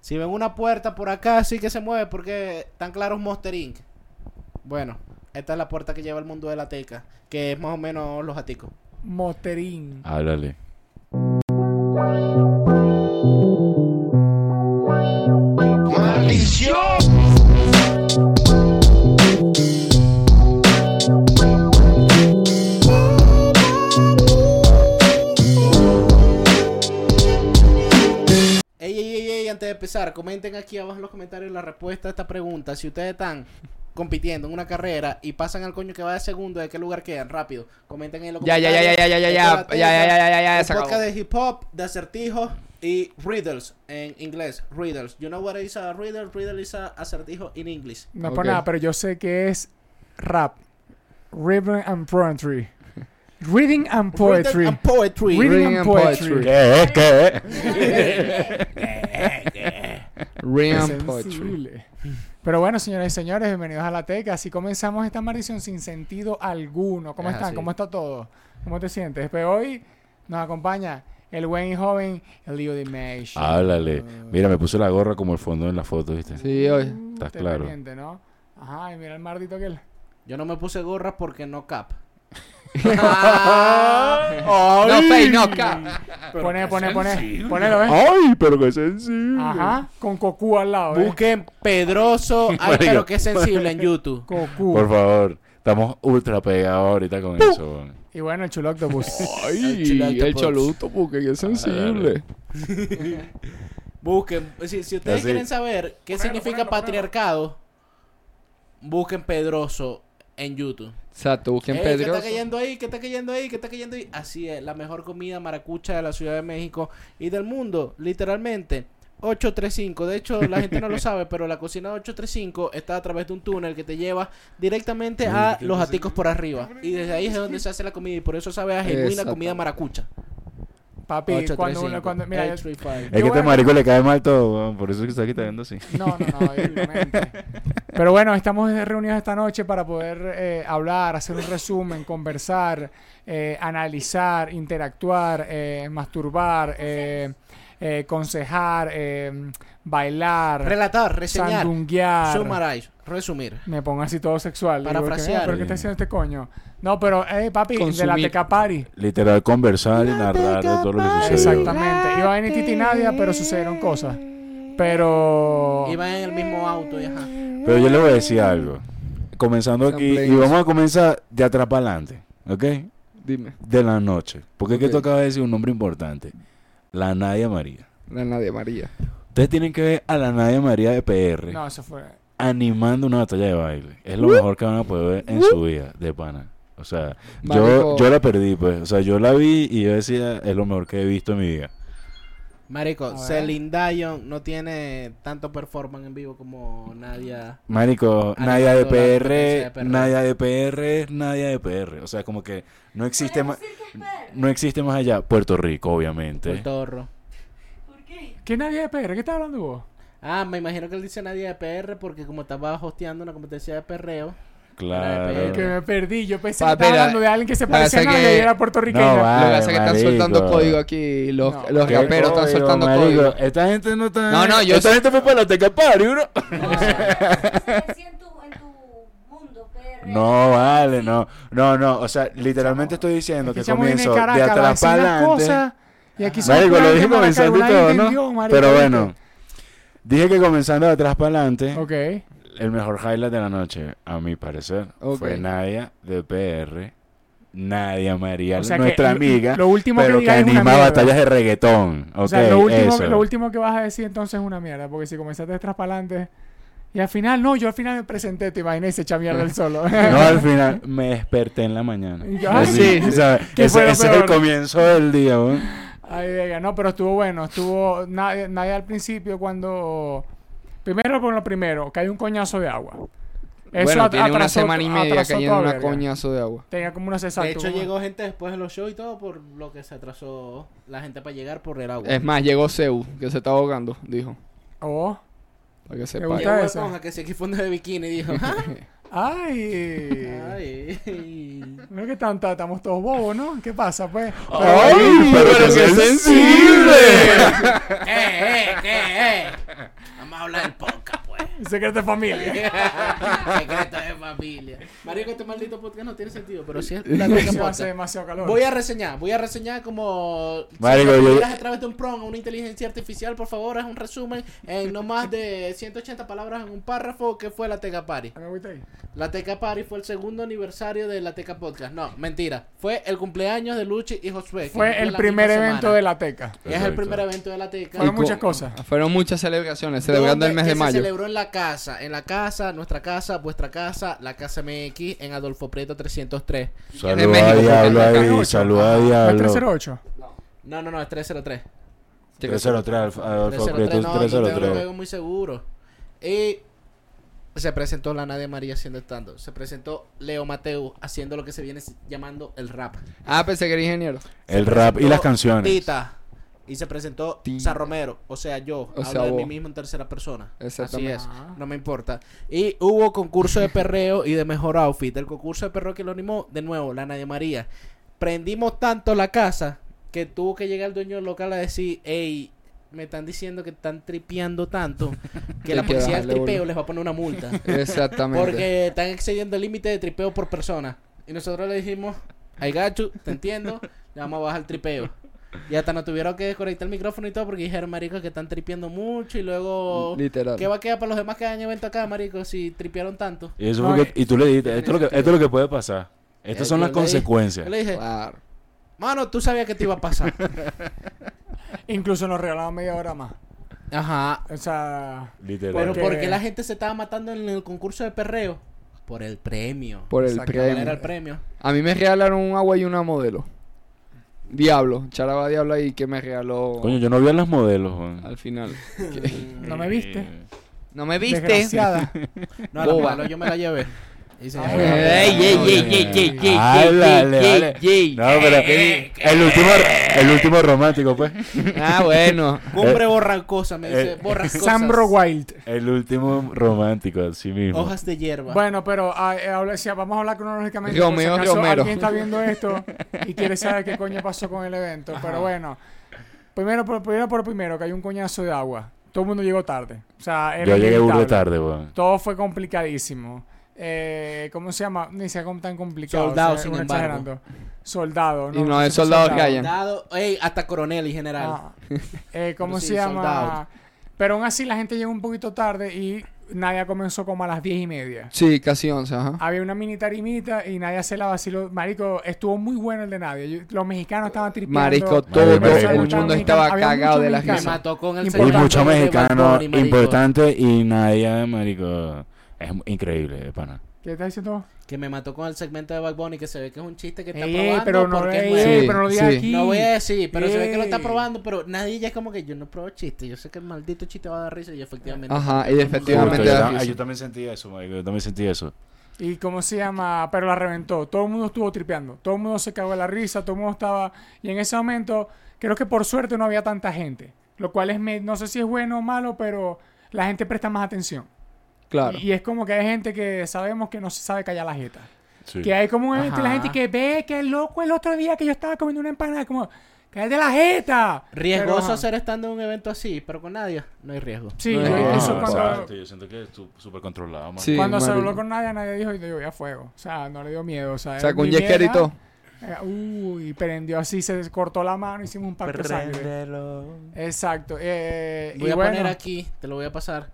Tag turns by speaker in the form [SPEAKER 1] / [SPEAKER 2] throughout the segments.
[SPEAKER 1] Si ven una puerta por acá, sí que se mueve porque tan claros Monster Inc. Bueno, esta es la puerta que lleva al mundo de la teca, que es más o menos los aticos.
[SPEAKER 2] Mosterín.
[SPEAKER 3] Háblale.
[SPEAKER 1] Ey, ey, ey, ey, antes de empezar, comenten aquí abajo en los comentarios la respuesta a esta pregunta. Si ustedes están compitiendo en una carrera y pasan al coño que va de segundo, ¿de qué lugar quedan? Rápido, comenten ahí en los
[SPEAKER 4] Ya, ya, ya, ya, ya, ya, ya, ya,
[SPEAKER 1] Esto es la
[SPEAKER 4] ya, ya,
[SPEAKER 1] teca,
[SPEAKER 4] ya, ya, ya,
[SPEAKER 1] un
[SPEAKER 4] se acabó.
[SPEAKER 1] podcast de hip hop, de acertijos y riddles en inglés. Riddles. You know what is a riddle? Riddle is a acertijo in English.
[SPEAKER 2] No es
[SPEAKER 3] Ok.
[SPEAKER 2] por nada, pero yo sé que es rap. Rhythm and poetry. Reading and poetry.
[SPEAKER 1] Riddle and poetry.
[SPEAKER 2] Reading
[SPEAKER 3] Ring
[SPEAKER 2] and
[SPEAKER 3] and
[SPEAKER 2] poetry.
[SPEAKER 3] poetry. Ring and poetry.
[SPEAKER 2] Sensible. Pero bueno, señoras y señores, bienvenidos a la Teca. Así comenzamos esta maldición sin sentido alguno. ¿Cómo
[SPEAKER 1] Es
[SPEAKER 2] están?
[SPEAKER 1] así.
[SPEAKER 2] ¿Cómo está todo? ¿Cómo te sientes? Pero hoy nos acompaña el buen y joven Leo de Mesh.
[SPEAKER 3] Ah, Háblale. Mira, me puse la gorra como el fondo en la foto, ¿viste?
[SPEAKER 4] Sí, oye.
[SPEAKER 3] Estás claro.
[SPEAKER 2] Mm, ¿no? Ajá, y mira el mardito que él.
[SPEAKER 1] Yo no me puse gorra porque no cap. Ah,
[SPEAKER 4] No, Fey, no, ca-
[SPEAKER 2] Pone, pone, pone. Ponelo, ¿ves?
[SPEAKER 3] ¡Ay, pero qué sensible!
[SPEAKER 4] Ah,
[SPEAKER 2] Ajá, con Cocú al lado, ¿eh? ¿ves?
[SPEAKER 1] Busquen Pedroso. Ay,
[SPEAKER 3] Marico.
[SPEAKER 1] pero qué sensible en YouTube.
[SPEAKER 2] Cocú.
[SPEAKER 3] Por favor, estamos ultra pegados ahorita con eso. weón.
[SPEAKER 2] Y bueno, el chulo octopus.
[SPEAKER 3] Ay, el choluto,
[SPEAKER 4] porque es
[SPEAKER 3] sensible.
[SPEAKER 1] Busquen. Si, si ustedes
[SPEAKER 3] Así.
[SPEAKER 1] quieren saber qué
[SPEAKER 2] Ponelo,
[SPEAKER 1] significa
[SPEAKER 2] ponelo,
[SPEAKER 1] patriarcado, busquen Pedroso en YouTube.
[SPEAKER 4] Exacto, busquen
[SPEAKER 1] Ey, ¿Qué
[SPEAKER 4] Pedro.
[SPEAKER 1] está cayendo ahí? ¿Qué está cayendo ahí? ¿Qué está cayendo ahí? Así es, la mejor comida maracucha de la Ciudad de México y del mundo, literalmente. 835, de hecho la gente no lo sabe, pero la cocina 835 está a través de un túnel que te lleva directamente a los aticos por arriba. Y desde ahí es donde se hace la comida y por eso sabe a genuina
[SPEAKER 4] Exacto.
[SPEAKER 1] comida maracucha.
[SPEAKER 2] Papi, cuando uno,
[SPEAKER 1] 835.
[SPEAKER 2] cuando, mira, yo-
[SPEAKER 1] 835.
[SPEAKER 3] Es que este
[SPEAKER 2] bueno.
[SPEAKER 3] marico le cae mal todo, weón, por eso es que está quitando así.
[SPEAKER 2] No, no, no, obviamente. Pero bueno, estamos reunidos esta noche para poder eh, hablar, hacer un resumen, conversar, eh, analizar, interactuar, eh, masturbar, eh, eh, concejar, eh, bailar,
[SPEAKER 1] Relatar, reseñar,
[SPEAKER 2] sandunguear.
[SPEAKER 1] summarize, resumir.
[SPEAKER 2] Me pongo así todo sexual. digo,
[SPEAKER 1] Parafrasear.
[SPEAKER 2] ¿qué- ¿Pero qué está haciendo este coño? No, pero, eh, papi, de la
[SPEAKER 4] Consumir.
[SPEAKER 2] Tecapari.
[SPEAKER 3] Literal, conversar y narrar de todo lo que sucedió.
[SPEAKER 2] Exactamente. Iba a venir Titi y Nadia, pero sucedieron cosas. Pero...
[SPEAKER 1] Iban en el mismo auto y ajá.
[SPEAKER 3] Pero yo le voy a decir algo. Comenzando
[SPEAKER 4] Sean
[SPEAKER 3] aquí, y
[SPEAKER 4] players.
[SPEAKER 3] vamos a comenzar de atrás para adelante, ¿ok?
[SPEAKER 4] Dime,
[SPEAKER 3] De la noche. Porque es
[SPEAKER 4] Ok.
[SPEAKER 3] que tú acabas de decir un nombre importante: La Nadia María.
[SPEAKER 4] la Nadia María.
[SPEAKER 3] Ustedes tienen que ver a la Nadia María de PR
[SPEAKER 2] No, eso fue...
[SPEAKER 3] animando una batalla de baile. Es lo mejor que van a poder ver en su vida, de pana. O sea, yo,
[SPEAKER 4] Marico.
[SPEAKER 3] yo la perdí, pues. O sea, yo la vi y yo decía, es lo mejor que he visto en mi vida.
[SPEAKER 1] Marico,
[SPEAKER 2] ver.
[SPEAKER 1] Celine Dion no tiene tanto performance en vivo como Nadia.
[SPEAKER 3] Marico,
[SPEAKER 4] Ah,
[SPEAKER 1] Animando
[SPEAKER 3] Nadia de
[SPEAKER 1] la competencia de
[SPEAKER 3] PR,
[SPEAKER 1] perreo.
[SPEAKER 3] Nadia de PR es Nadia de PR. O sea, como que no existe más... No existe más allá. Puerto Rico, obviamente.
[SPEAKER 1] El torro.
[SPEAKER 2] ¿Qué nadie de PR? ¿Qué estás hablando vos?
[SPEAKER 1] Ah, me imagino que él dice Nadia de PR porque como estaba hosteando una competencia de perreo. Nadia de
[SPEAKER 2] Que
[SPEAKER 3] Claro.
[SPEAKER 1] PR.
[SPEAKER 2] me perdí. Yo pensé que
[SPEAKER 4] Papi,
[SPEAKER 2] estaba
[SPEAKER 4] la-
[SPEAKER 2] hablando de alguien que se
[SPEAKER 4] la
[SPEAKER 2] parecía a
[SPEAKER 4] verdad
[SPEAKER 2] nadie
[SPEAKER 4] que-
[SPEAKER 2] y era puertorriqueño.
[SPEAKER 3] No, va.
[SPEAKER 4] Lo que
[SPEAKER 3] Ay,
[SPEAKER 4] pasa es que están
[SPEAKER 3] marico.
[SPEAKER 4] soltando código aquí. Los,
[SPEAKER 2] No.
[SPEAKER 4] los
[SPEAKER 3] Qué
[SPEAKER 4] raperos están
[SPEAKER 3] código,
[SPEAKER 4] soltando
[SPEAKER 3] marico.
[SPEAKER 4] código.
[SPEAKER 3] Esta gente no está...
[SPEAKER 4] No, no, yo
[SPEAKER 3] Esta
[SPEAKER 4] sé-
[SPEAKER 3] gente fue para la Teca Party, bro.
[SPEAKER 5] en tu, en tu mundo, PR.
[SPEAKER 3] No, vale, no. No, no, o sea, literalmente estoy diciendo que
[SPEAKER 2] Este chamo viene
[SPEAKER 3] comienzo
[SPEAKER 2] de
[SPEAKER 3] de
[SPEAKER 2] Caracas, va a
[SPEAKER 3] atrás
[SPEAKER 2] decir
[SPEAKER 3] para
[SPEAKER 2] las
[SPEAKER 3] adelante.
[SPEAKER 2] cosas. Y aquí son
[SPEAKER 3] Marico, lo
[SPEAKER 2] blancas,
[SPEAKER 3] dije
[SPEAKER 2] maracas,
[SPEAKER 3] comenzando y
[SPEAKER 2] nadie
[SPEAKER 3] todo,
[SPEAKER 2] entendió,
[SPEAKER 3] ¿no?
[SPEAKER 2] marico,
[SPEAKER 3] Pero
[SPEAKER 2] ¿viste?
[SPEAKER 3] bueno, dije que comenzando de atrás para adelante,
[SPEAKER 2] Ok.
[SPEAKER 3] el mejor highlight de la noche, a mi parecer, fue
[SPEAKER 4] Ok.
[SPEAKER 3] Nadia de PR, Nadia María,
[SPEAKER 2] O sea que
[SPEAKER 3] nuestra
[SPEAKER 2] lo-
[SPEAKER 3] amiga,
[SPEAKER 2] lo último que
[SPEAKER 3] pero que,
[SPEAKER 2] digas es una
[SPEAKER 3] anima
[SPEAKER 2] mierda.
[SPEAKER 3] batallas de reggaetón.
[SPEAKER 2] o sea,
[SPEAKER 3] ok,
[SPEAKER 2] lo, último,
[SPEAKER 3] eso.
[SPEAKER 2] lo último que vas a decir entonces es una mierda. Porque si comenzaste de atrás para adelante. Y al final, no, yo al final me presenté, te imaginas, y se echa mierda el solo.
[SPEAKER 3] No, al final me desperté en la mañana.
[SPEAKER 2] Ya,
[SPEAKER 3] Así,
[SPEAKER 4] sí.
[SPEAKER 3] ¿sabes?
[SPEAKER 2] Ah, ¿Qué fue
[SPEAKER 3] Ese,
[SPEAKER 2] lo
[SPEAKER 3] ese es el
[SPEAKER 2] peor?
[SPEAKER 3] comienzo del día, weón.
[SPEAKER 2] Ay, venga, no, pero estuvo bueno. Estuvo nadie, nadie al principio cuando. Primero, por lo primero, que hay un coñazo de agua. Eso
[SPEAKER 4] Bueno,
[SPEAKER 2] at-
[SPEAKER 4] tiene una
[SPEAKER 2] atrasó-
[SPEAKER 4] semana y media
[SPEAKER 2] atrasó
[SPEAKER 4] cayendo
[SPEAKER 2] toda
[SPEAKER 4] una
[SPEAKER 2] verga.
[SPEAKER 4] coñazo de agua.
[SPEAKER 2] Tenía como unos
[SPEAKER 1] De
[SPEAKER 2] exactos.
[SPEAKER 1] hecho, llegó gente después de los shows y todo por lo que se atrasó la gente para llegar por el agua.
[SPEAKER 4] Es más, llegó Zeus, que se está ahogando, dijo.
[SPEAKER 2] Oh.
[SPEAKER 4] Para que
[SPEAKER 2] Me
[SPEAKER 4] sepa.
[SPEAKER 2] gusta.
[SPEAKER 1] Llegó
[SPEAKER 2] esa.
[SPEAKER 1] Esponja que se equifonde de bikini dijo. "Ah,
[SPEAKER 2] Ay.
[SPEAKER 1] ay".
[SPEAKER 2] No es que tanta, estamos todos bobos, ¿no? ¿Qué pasa, pues?
[SPEAKER 3] ¡Ay, pero qué sensible!
[SPEAKER 1] eh, eh! eh Vamos a hablar del podcast, pues.
[SPEAKER 2] Secreto de familia.
[SPEAKER 1] Secreto de familia. Marico, este maldito podcast no tiene sentido, pero sí es la
[SPEAKER 2] Eso
[SPEAKER 1] rica
[SPEAKER 2] hace
[SPEAKER 1] podcast.
[SPEAKER 2] demasiado calor.
[SPEAKER 1] Voy a reseñar, voy a reseñar como...
[SPEAKER 3] Marico,
[SPEAKER 1] si
[SPEAKER 3] yo-
[SPEAKER 1] miras a través de un prom, una inteligencia artificial, por favor, haz un resumen en no más de 180 palabras en un párrafo, que fue la Teca Party.
[SPEAKER 2] Ah, me voy ahí.
[SPEAKER 1] La Teca Party fue el segundo aniversario de la Teca Podcast. No, mentira. Fue el cumpleaños de Luchi y Josué. que
[SPEAKER 2] Fue el
[SPEAKER 1] la
[SPEAKER 2] primer
[SPEAKER 1] misma
[SPEAKER 2] evento
[SPEAKER 1] semana.
[SPEAKER 2] de la teca.
[SPEAKER 1] Es el
[SPEAKER 3] Perfecto.
[SPEAKER 1] primer evento de la Teca.
[SPEAKER 2] Fueron
[SPEAKER 4] Y co-
[SPEAKER 2] muchas cosas.
[SPEAKER 4] Fueron muchas celebraciones, celebrando
[SPEAKER 1] ¿Dónde?
[SPEAKER 4] el mes de
[SPEAKER 1] Que Se
[SPEAKER 4] mayo.
[SPEAKER 1] celebró en la casa, en la casa, nuestra casa, vuestra casa, la casa MX, en Adolfo Prieto 303.
[SPEAKER 3] Saluda a Diablo ahí, saluda a
[SPEAKER 2] Fue
[SPEAKER 3] Diablo.
[SPEAKER 2] 308.
[SPEAKER 1] No, no, no, es 303.
[SPEAKER 3] 303, Alf- Adolfo
[SPEAKER 1] 303,
[SPEAKER 3] Prieto,
[SPEAKER 1] no, yo tengo- lo
[SPEAKER 3] 303.
[SPEAKER 1] veo muy seguro. Y se presentó la Nadia María haciendo estando. Se presentó Leo Mateu haciendo lo que se viene llamando el rap.
[SPEAKER 4] Ah, pensé que era ingeniero.
[SPEAKER 3] El rap y las canciones.
[SPEAKER 1] Tita. Y se presentó
[SPEAKER 4] Tita.
[SPEAKER 1] San Romero, o sea, yo, hablo
[SPEAKER 4] sea,
[SPEAKER 1] de
[SPEAKER 4] vos.
[SPEAKER 1] mí mismo en tercera persona.
[SPEAKER 4] Exactamente.
[SPEAKER 1] Así es, no me importa. Y hubo concurso de perreo y de mejor outfit. El concurso de perreo que lo animó, de nuevo, la Nadia María. Prendimos tanto la casa que tuvo que llegar el dueño del local a decir, hey, me están diciendo que están tripeando tanto que la
[SPEAKER 4] Que
[SPEAKER 1] policía del
[SPEAKER 4] bajarle
[SPEAKER 1] tripeo
[SPEAKER 4] volumen.
[SPEAKER 1] les va a poner una multa.
[SPEAKER 4] Exactamente.
[SPEAKER 1] Porque están excediendo el límite de tripeo por persona. Y nosotros le dijimos, ay gacho, te entiendo, le vamos a bajar el tripeo. Y hasta nos tuvieron que desconectar el micrófono y todo porque dijeron, marico, que están tripeando mucho y luego...
[SPEAKER 4] Literal.
[SPEAKER 1] ¿Qué va a quedar para los demás que hayan evento acá, marico, si tripearon tanto?
[SPEAKER 3] Y eso
[SPEAKER 2] No,
[SPEAKER 3] fue que- y tú le dijiste, esto es lo que, esto es lo que puede pasar.
[SPEAKER 1] Eh,
[SPEAKER 3] Estas son
[SPEAKER 1] yo
[SPEAKER 3] las
[SPEAKER 1] le dije-
[SPEAKER 3] consecuencias.
[SPEAKER 1] Yo le dije,
[SPEAKER 4] Claro.
[SPEAKER 1] mano, tú sabías que te iba a pasar.
[SPEAKER 2] Incluso nos regalaban media hora más.
[SPEAKER 1] Ajá.
[SPEAKER 2] O sea,
[SPEAKER 1] Pero
[SPEAKER 3] Literal.
[SPEAKER 2] Porque-
[SPEAKER 1] porque la gente se estaba matando en el concurso de perreo? Por el premio.
[SPEAKER 4] Por el
[SPEAKER 2] Exacto,
[SPEAKER 1] ¿Cuál era
[SPEAKER 4] premio.
[SPEAKER 1] el premio?
[SPEAKER 4] A mí me regalaron un agua y una modelo. Diablo. Charaba Diablo ahí que me regaló
[SPEAKER 3] Coño, yo no vi a las modelos, Juan.
[SPEAKER 4] al final.
[SPEAKER 2] no me viste.
[SPEAKER 4] ¿No me
[SPEAKER 2] Desgraciada.
[SPEAKER 1] No, la
[SPEAKER 4] Boba.
[SPEAKER 1] mano yo me la llevé. Y se-
[SPEAKER 2] Ah,
[SPEAKER 1] Bueno,
[SPEAKER 4] Ey, ey, ey, ey, ey, ey,
[SPEAKER 3] Háblale,
[SPEAKER 4] ey,
[SPEAKER 3] vale.
[SPEAKER 4] ey,
[SPEAKER 3] Ah, No, pero el último, el último romántico, pues.
[SPEAKER 4] Ah, bueno.
[SPEAKER 1] Cumbre borrancosa, me dice.
[SPEAKER 3] eh,
[SPEAKER 1] borrascosas.
[SPEAKER 2] Sambro Wild.
[SPEAKER 3] El último romántico, así mismo.
[SPEAKER 1] Hojas de hierba.
[SPEAKER 2] Bueno, pero ah, eh, habla- si vamos a hablar cronológicamente.
[SPEAKER 4] Dios
[SPEAKER 2] por si
[SPEAKER 4] mío,
[SPEAKER 2] acaso
[SPEAKER 4] Dios mío.
[SPEAKER 2] Alguien está viendo esto y quiere saber qué coño pasó con el evento. Pero bueno, primero por, primero por primero, que hay un coñazo de agua. Todo el mundo llegó tarde. O sea, era
[SPEAKER 3] Yo llegué burda
[SPEAKER 2] inevitable.
[SPEAKER 3] tarde, weón.
[SPEAKER 2] Todo fue complicadísimo. Eh, ¿Cómo se llama? Ni sea como tan complicado.
[SPEAKER 1] Soldado,
[SPEAKER 2] o sea,
[SPEAKER 1] sin
[SPEAKER 2] uno
[SPEAKER 1] embargo.
[SPEAKER 2] exagerando. Soldado.
[SPEAKER 4] Y no
[SPEAKER 2] sé
[SPEAKER 4] es
[SPEAKER 2] qué
[SPEAKER 4] soldado que hayan.
[SPEAKER 1] Dado, ey, hasta coronel y general.
[SPEAKER 2] Ah, eh, ¿Cómo
[SPEAKER 1] Pero sí,
[SPEAKER 2] se llama?
[SPEAKER 1] soldado.
[SPEAKER 2] Pero aún así la gente llegó un poquito tarde y Nadia comenzó como a las diez y media.
[SPEAKER 4] Sí, casi 11, ajá.
[SPEAKER 2] Había una mini tarimita y Nadia se la vaciló. Marico, estuvo muy bueno el de Nadia. Yo- los mexicanos estaban tripeando.
[SPEAKER 4] Marico, todo,
[SPEAKER 3] Marico,
[SPEAKER 4] todo el
[SPEAKER 3] mucho mexicano.
[SPEAKER 4] mundo estaba
[SPEAKER 2] Había
[SPEAKER 4] cagado
[SPEAKER 2] mucho
[SPEAKER 4] de la
[SPEAKER 1] Me
[SPEAKER 2] mexicano. Eso.
[SPEAKER 4] risa.
[SPEAKER 1] mató con el
[SPEAKER 3] Y
[SPEAKER 2] Importante.
[SPEAKER 1] señor
[SPEAKER 3] mucho
[SPEAKER 1] de Bad
[SPEAKER 3] mexicano
[SPEAKER 1] Bunny, marico.
[SPEAKER 3] importante y nadie, marico. Es increíble, de pana.
[SPEAKER 2] ¿Qué estás diciendo?
[SPEAKER 1] Que me mató con el segmento de Bad Bunny, que se ve que es un chiste que está
[SPEAKER 2] Ey,
[SPEAKER 1] probando.
[SPEAKER 2] pero no,
[SPEAKER 1] porque
[SPEAKER 2] ey,
[SPEAKER 1] es nuevo.
[SPEAKER 2] ey, pero no lo digas
[SPEAKER 4] Sí.
[SPEAKER 2] aquí.
[SPEAKER 1] No voy a decir, pero se ve que lo está
[SPEAKER 2] Ey.
[SPEAKER 1] probando, pero nadie ya es como que yo no pruebo chistes. Yo sé que el maldito chiste va a dar risa y efectivamente.
[SPEAKER 3] Ah.
[SPEAKER 4] Ajá, y
[SPEAKER 3] Justo,
[SPEAKER 4] efectivamente
[SPEAKER 3] yo,
[SPEAKER 4] da
[SPEAKER 3] tam- ah,
[SPEAKER 4] risa.
[SPEAKER 3] yo también sentí eso, marico. Yo también sentí eso.
[SPEAKER 2] ¿Y cómo se llama? Pero la reventó. Todo el mundo estuvo tripeando. Todo el mundo se cagó de la risa. Todo el mundo estaba. Y en ese momento, creo que por suerte no había tanta gente. Lo cual es. me- No sé si es bueno o malo, pero la gente presta más atención.
[SPEAKER 4] Claro.
[SPEAKER 2] Y, y es como que hay gente que sabemos que no se sabe callar la jeta.
[SPEAKER 3] Sí.
[SPEAKER 2] Que hay como un evento y la
[SPEAKER 1] Ajá.
[SPEAKER 2] gente que ve que es loco el otro día que yo estaba comiendo una empanada. Como, cállate la jeta.
[SPEAKER 1] Riesgoso
[SPEAKER 2] Pero, ajá.
[SPEAKER 1] hacer estando en un evento así, pero con nadie no hay riesgo.
[SPEAKER 2] Sí,
[SPEAKER 4] No,
[SPEAKER 2] yo-
[SPEAKER 4] no,
[SPEAKER 2] eso
[SPEAKER 4] no,
[SPEAKER 2] cuando,
[SPEAKER 3] exacto, yo siento que es tu- súper controlado, man.
[SPEAKER 4] Sí.
[SPEAKER 2] cuando se
[SPEAKER 4] marico.
[SPEAKER 2] habló con nadie, nadie dijo, y yo voy a fuego. O sea, no le dio miedo. O sea, era
[SPEAKER 4] Sacó un
[SPEAKER 2] mi
[SPEAKER 4] yequer y
[SPEAKER 2] mierda.
[SPEAKER 4] todo.
[SPEAKER 2] Eh, Uy, prendió así, se cortó la mano, hicimos un pacto de sangre. Exacto. eh,
[SPEAKER 1] Voy
[SPEAKER 2] y
[SPEAKER 1] a
[SPEAKER 2] bueno,
[SPEAKER 1] poner aquí, te lo voy a pasar,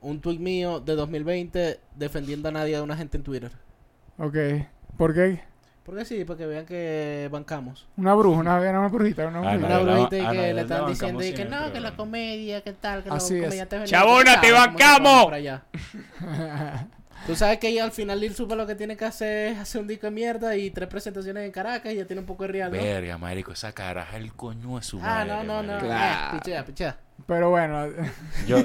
[SPEAKER 1] un tweet mío de 2020 defendiendo a nadie de una gente en Twitter.
[SPEAKER 2] Ok. ¿Por qué?
[SPEAKER 1] Porque sí, para que vean que bancamos.
[SPEAKER 2] Una bruja, una, era una brujita, era una
[SPEAKER 3] Ah,
[SPEAKER 2] brujita.
[SPEAKER 3] no,
[SPEAKER 1] Una
[SPEAKER 3] la-
[SPEAKER 1] brujita
[SPEAKER 3] a
[SPEAKER 1] que
[SPEAKER 3] nadie
[SPEAKER 1] le
[SPEAKER 3] la
[SPEAKER 1] están
[SPEAKER 3] bancamos
[SPEAKER 1] diciendo y que
[SPEAKER 3] siempre,
[SPEAKER 1] no, que la
[SPEAKER 3] weón.
[SPEAKER 1] comedia, que tal, que
[SPEAKER 2] Así es.
[SPEAKER 1] los comediantes venían,
[SPEAKER 2] Chabona,
[SPEAKER 1] tú
[SPEAKER 2] te
[SPEAKER 1] sabes cómo se
[SPEAKER 2] bancamos.
[SPEAKER 1] ponen por allá. Tú sabes que ella al final Lil Supa lo que tiene que hacer es hacer un disco de mierda y tres presentaciones en Caracas y ya tiene un poco de real. ¿no?
[SPEAKER 3] Verga, marico, esa caraja el coño de su
[SPEAKER 1] Ah,
[SPEAKER 3] madre.
[SPEAKER 1] no, no, no.
[SPEAKER 3] marico.
[SPEAKER 1] eh,
[SPEAKER 4] Claro.
[SPEAKER 1] pichea, pichea.
[SPEAKER 2] Pero bueno,
[SPEAKER 3] Yo-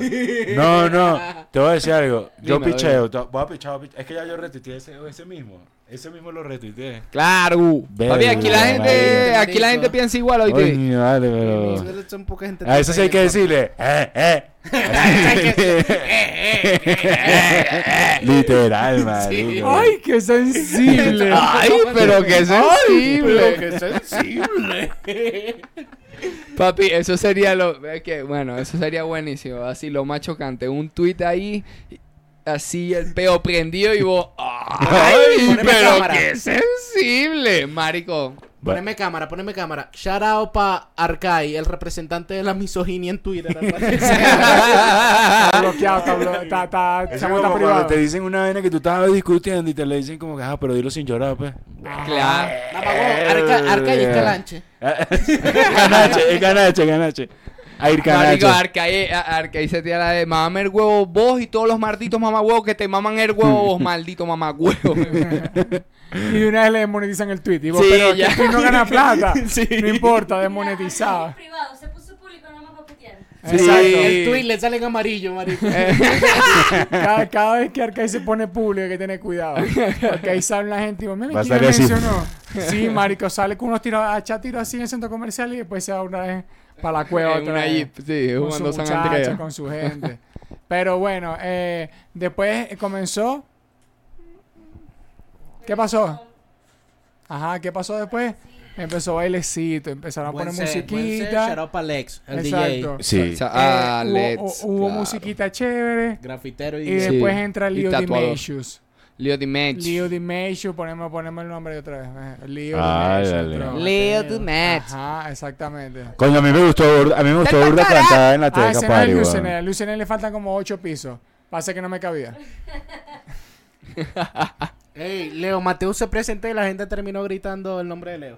[SPEAKER 3] no, no, te voy a decir algo. Yo
[SPEAKER 4] Dime,
[SPEAKER 3] picheo, te- voy a pichar, voy a pichar. Es que ya yo retuiteé ese, ese mismo. Ese mismo lo retuiteé.
[SPEAKER 4] Claro. Papi, aquí
[SPEAKER 3] Verga,
[SPEAKER 4] la gente,
[SPEAKER 1] marico.
[SPEAKER 4] aquí la gente piensa igual hoy.
[SPEAKER 3] Coño, vale, pero.
[SPEAKER 1] Son- son poca gente
[SPEAKER 3] A eso sí hay que
[SPEAKER 1] tan-
[SPEAKER 3] decirle. Eh, eh. Literal, marico.
[SPEAKER 2] ¡ay, qué sensible!
[SPEAKER 4] Ay, pero qué sensible.
[SPEAKER 1] Qué sensible.
[SPEAKER 4] Papi, eso sería lo. es que, bueno, eso sería buenísimo. Así lo más chocante. Un tweet ahí, así el peo prendido y vos. ¡Ay,
[SPEAKER 1] Poneme
[SPEAKER 4] pero
[SPEAKER 1] cámara.
[SPEAKER 4] qué sensible! Marico.
[SPEAKER 3] Va-
[SPEAKER 1] Poneme cámara, poneme cámara. Shout out pa Arcai, el representante de la misoginia en Twitter. Oh, al parecer.
[SPEAKER 2] Está bloqueado, está bloqueado, está, está,
[SPEAKER 3] Es
[SPEAKER 2] chamo,
[SPEAKER 3] como
[SPEAKER 2] está
[SPEAKER 3] cuando
[SPEAKER 2] privado.
[SPEAKER 3] te dicen una vaina que tú estabas discutiendo y te le dicen como que, ah, pero dilo sin llorar, pues.
[SPEAKER 4] Claro.
[SPEAKER 1] Mamá, huevo,
[SPEAKER 3] Eh.
[SPEAKER 1] Arca- Arcai es calanche.
[SPEAKER 3] ganache, es ganache, ganache. A ir
[SPEAKER 4] Marico,
[SPEAKER 3] ganache.
[SPEAKER 4] Arcaí, a- Arcaí se tira la de mamame el huevo vos y todos los malditos mamahuevos que te maman el huevo vos, maldito mamahuevo.
[SPEAKER 2] Y de una vez le desmonetizan el tweet. Y vos,
[SPEAKER 4] Sí,
[SPEAKER 2] pero
[SPEAKER 4] ya.
[SPEAKER 2] que tú no ganas plata.
[SPEAKER 4] Sí.
[SPEAKER 2] No importa,
[SPEAKER 5] Mira,
[SPEAKER 2] desmonetizado.
[SPEAKER 5] es privado, se puso público nada más para putear.
[SPEAKER 4] Sí.
[SPEAKER 1] El tweet le sale en amarillo, marico.
[SPEAKER 2] Cada, cada vez que Arcade se pone público hay que tener cuidado. Porque ahí sale la gente y digo,
[SPEAKER 3] Va
[SPEAKER 2] mira,
[SPEAKER 3] a
[SPEAKER 2] ¿quién le
[SPEAKER 3] salir así.
[SPEAKER 2] mencionó? Sí, marico, sale con unos tiros, a echar tiros así en el centro comercial y después se va una vez para la cueva
[SPEAKER 4] En
[SPEAKER 2] otra
[SPEAKER 4] una
[SPEAKER 2] vez.
[SPEAKER 4] jeep, sí,
[SPEAKER 2] con su
[SPEAKER 4] jugando San
[SPEAKER 2] muchacha,
[SPEAKER 4] Andreas.
[SPEAKER 2] con su gente. Pero bueno, eh, después comenzó. ¿Qué pasó? Ajá, ¿qué pasó después? Empezó bailecito, empezaron a poner
[SPEAKER 1] Shout
[SPEAKER 2] musiquita.
[SPEAKER 1] out pa Lex, el
[SPEAKER 2] Exacto.
[SPEAKER 1] DJ.
[SPEAKER 3] Sí.
[SPEAKER 4] O sea,
[SPEAKER 2] Eh,
[SPEAKER 4] ah,
[SPEAKER 2] hubo-
[SPEAKER 4] Let's,
[SPEAKER 2] hu- hubo
[SPEAKER 4] claro.
[SPEAKER 2] musiquita chévere.
[SPEAKER 1] Grafitero y
[SPEAKER 2] Y
[SPEAKER 1] DJ.
[SPEAKER 2] después
[SPEAKER 4] Sí,
[SPEAKER 2] entra
[SPEAKER 4] y
[SPEAKER 2] Leo
[SPEAKER 4] tatuador.
[SPEAKER 2] Dimensions.
[SPEAKER 4] Leo Dimench.
[SPEAKER 2] Leo Dimensions, ponemos, ponemos el nombre otra vez. eh, Leo
[SPEAKER 3] Ah,
[SPEAKER 2] Dimensions.
[SPEAKER 3] dale.
[SPEAKER 2] otro.
[SPEAKER 4] Leo Dimench.
[SPEAKER 2] Ajá, exactamente.
[SPEAKER 3] Coño, a mí me gustó, burda- a mí me gustó burda plantada en la
[SPEAKER 2] Ah,
[SPEAKER 3] teca,
[SPEAKER 2] ese no es
[SPEAKER 3] pari,
[SPEAKER 2] el
[SPEAKER 3] weón.
[SPEAKER 2] Lucenel. Al Lucenel le faltan como ocho pisos. Pasa que no me cabía.
[SPEAKER 1] Ey, Leo Mateus se presentó y la gente terminó gritando el nombre de Leo.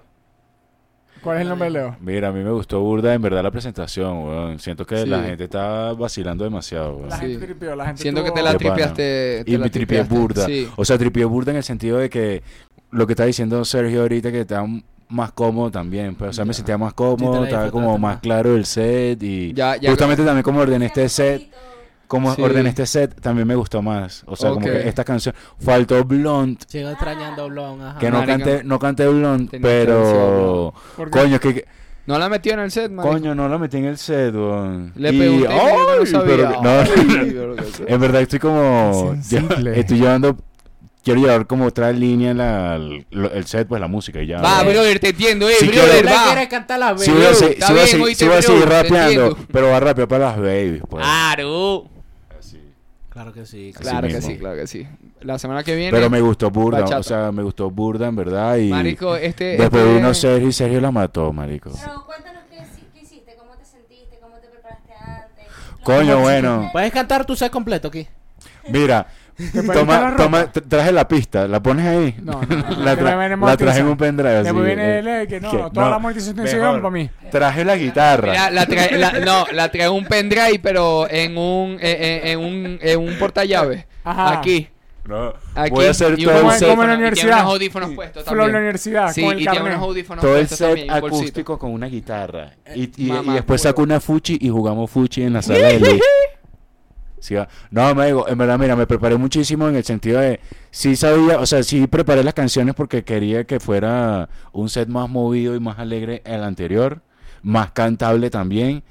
[SPEAKER 2] ¿Cuál es el nombre de Leo?
[SPEAKER 3] Mira, a mí me gustó burda en verdad la presentación, weón. Siento que
[SPEAKER 4] Sí.
[SPEAKER 3] la gente está vacilando demasiado, weón.
[SPEAKER 2] La
[SPEAKER 4] Sí.
[SPEAKER 2] gente tripió, la gente
[SPEAKER 4] Siento que
[SPEAKER 2] tuvo-
[SPEAKER 4] te la
[SPEAKER 3] De pana.
[SPEAKER 4] tripeaste. te
[SPEAKER 3] Y
[SPEAKER 4] la
[SPEAKER 3] mi tripié
[SPEAKER 4] tripeaste.
[SPEAKER 3] burda.
[SPEAKER 4] Sí.
[SPEAKER 3] O sea, tripié burda en el sentido de que lo que está diciendo Sergio ahorita que está m- más cómodo también. pues, o sea, me sentía más
[SPEAKER 1] Sí, te
[SPEAKER 3] cómodo,
[SPEAKER 1] la
[SPEAKER 3] estaba como
[SPEAKER 1] disfrutaste
[SPEAKER 3] más
[SPEAKER 1] más.
[SPEAKER 3] claro el set y
[SPEAKER 4] Ya- ya-
[SPEAKER 3] justamente también como ordené este
[SPEAKER 5] Se
[SPEAKER 3] set,
[SPEAKER 5] puso poquito.
[SPEAKER 3] como
[SPEAKER 4] Sí.
[SPEAKER 3] ordené este set también me gustó más. O sea, como
[SPEAKER 4] Ok.
[SPEAKER 3] que esta canción faltó Blunt,
[SPEAKER 1] Sigo extrañando a Blon, ajá.
[SPEAKER 3] que no
[SPEAKER 4] Marica.
[SPEAKER 3] canté no canté Blunt,
[SPEAKER 4] Tenía que haber sido
[SPEAKER 3] pero
[SPEAKER 2] ¿Por qué?
[SPEAKER 3] coño, es que
[SPEAKER 4] No la metió en el set, marico.
[SPEAKER 3] Coño, no lo metí en el set, weón.
[SPEAKER 4] Le
[SPEAKER 3] Y-
[SPEAKER 4] pregunté, pero yo no
[SPEAKER 3] ¡Ay!
[SPEAKER 4] sabía.
[SPEAKER 3] Pero que- no,
[SPEAKER 4] Ay, pero que-
[SPEAKER 3] en verdad estoy como...
[SPEAKER 2] Sensible.
[SPEAKER 3] lle- estoy llevando... Quiero llevar como otra línea la, lo- el set, pues la música y ya.
[SPEAKER 4] Va,
[SPEAKER 3] weón.
[SPEAKER 4] brother, te entiendo, eh,
[SPEAKER 3] Sí,
[SPEAKER 4] brother,
[SPEAKER 3] claro.
[SPEAKER 1] La
[SPEAKER 4] va.
[SPEAKER 1] quiere cantar la
[SPEAKER 3] Si voy a,
[SPEAKER 1] vez.
[SPEAKER 4] Bro,
[SPEAKER 3] se-
[SPEAKER 4] está
[SPEAKER 3] si voy a
[SPEAKER 4] bien,
[SPEAKER 3] se- si
[SPEAKER 4] oíste,
[SPEAKER 3] voy a
[SPEAKER 4] bro,
[SPEAKER 3] seguir
[SPEAKER 4] te
[SPEAKER 3] rapeando,
[SPEAKER 4] entiendo. Ah,
[SPEAKER 3] pero va a rapear para las babies, pues.
[SPEAKER 4] Claro.
[SPEAKER 1] Claro que sí.
[SPEAKER 3] Así
[SPEAKER 4] Claro que
[SPEAKER 3] mismo.
[SPEAKER 4] sí, claro que sí. La semana que viene,
[SPEAKER 3] Pero me gustó burda,
[SPEAKER 4] Bachata.
[SPEAKER 3] o sea, me gustó burda, en verdad, y...
[SPEAKER 4] marico, este...
[SPEAKER 3] después
[SPEAKER 4] este-
[SPEAKER 3] vino Sergio y Sergio la mató, marico.
[SPEAKER 5] Pero cuéntanos qué, hici- qué hiciste, cómo te sentiste, cómo te preparaste antes. Lo
[SPEAKER 3] Coño,
[SPEAKER 5] que-
[SPEAKER 3] bueno.
[SPEAKER 1] Puedes cantar tu set completo aquí.
[SPEAKER 3] Mira,
[SPEAKER 2] pones la
[SPEAKER 3] toma,
[SPEAKER 2] ropa?
[SPEAKER 3] toma, tra- traje la pista, ¿la pones ahí?
[SPEAKER 2] No, no, no, que
[SPEAKER 3] la, tra-
[SPEAKER 2] me viene
[SPEAKER 3] la
[SPEAKER 2] monetizando.
[SPEAKER 3] traje en un pendrive.
[SPEAKER 2] Después
[SPEAKER 3] así,
[SPEAKER 2] viene
[SPEAKER 3] eh,
[SPEAKER 2] el eh, que no,
[SPEAKER 3] que
[SPEAKER 2] no, toda
[SPEAKER 3] no,
[SPEAKER 2] la monetización se
[SPEAKER 3] mejor.
[SPEAKER 2] llevan para mí.
[SPEAKER 3] Traje la guitarra.
[SPEAKER 4] Mira, la trae, la- no, la trae un pendrive, pero en un, eh, eh, en, un, en un portallaves.
[SPEAKER 2] Ajá.
[SPEAKER 4] Aquí.
[SPEAKER 3] No,
[SPEAKER 4] Aquí.
[SPEAKER 3] voy a hacer
[SPEAKER 4] Y
[SPEAKER 3] todo
[SPEAKER 2] como
[SPEAKER 3] el
[SPEAKER 4] unos
[SPEAKER 2] en-
[SPEAKER 3] set,
[SPEAKER 2] como en la
[SPEAKER 4] audífonos, y tiene
[SPEAKER 2] universidad.
[SPEAKER 4] unos audífonos puestos
[SPEAKER 2] Fue la
[SPEAKER 4] también.
[SPEAKER 2] universidad
[SPEAKER 4] Sí,
[SPEAKER 2] con el
[SPEAKER 4] y tiene unos
[SPEAKER 2] carnet.
[SPEAKER 4] audífonos
[SPEAKER 3] todo el
[SPEAKER 4] puestos
[SPEAKER 3] set
[SPEAKER 4] también, un bolsito.
[SPEAKER 3] acústico con una guitarra. Y, y- y
[SPEAKER 4] mamá,
[SPEAKER 3] después
[SPEAKER 4] huevo.
[SPEAKER 3] saco una fuchi y jugamos fuchi en la sala de luz. Sí, va. no, me digo, en verdad, mira, me preparé muchísimo en el sentido de, sí sabía, o sea, sí preparé las canciones porque quería que fuera un set más movido y más alegre el anterior, más cantable también.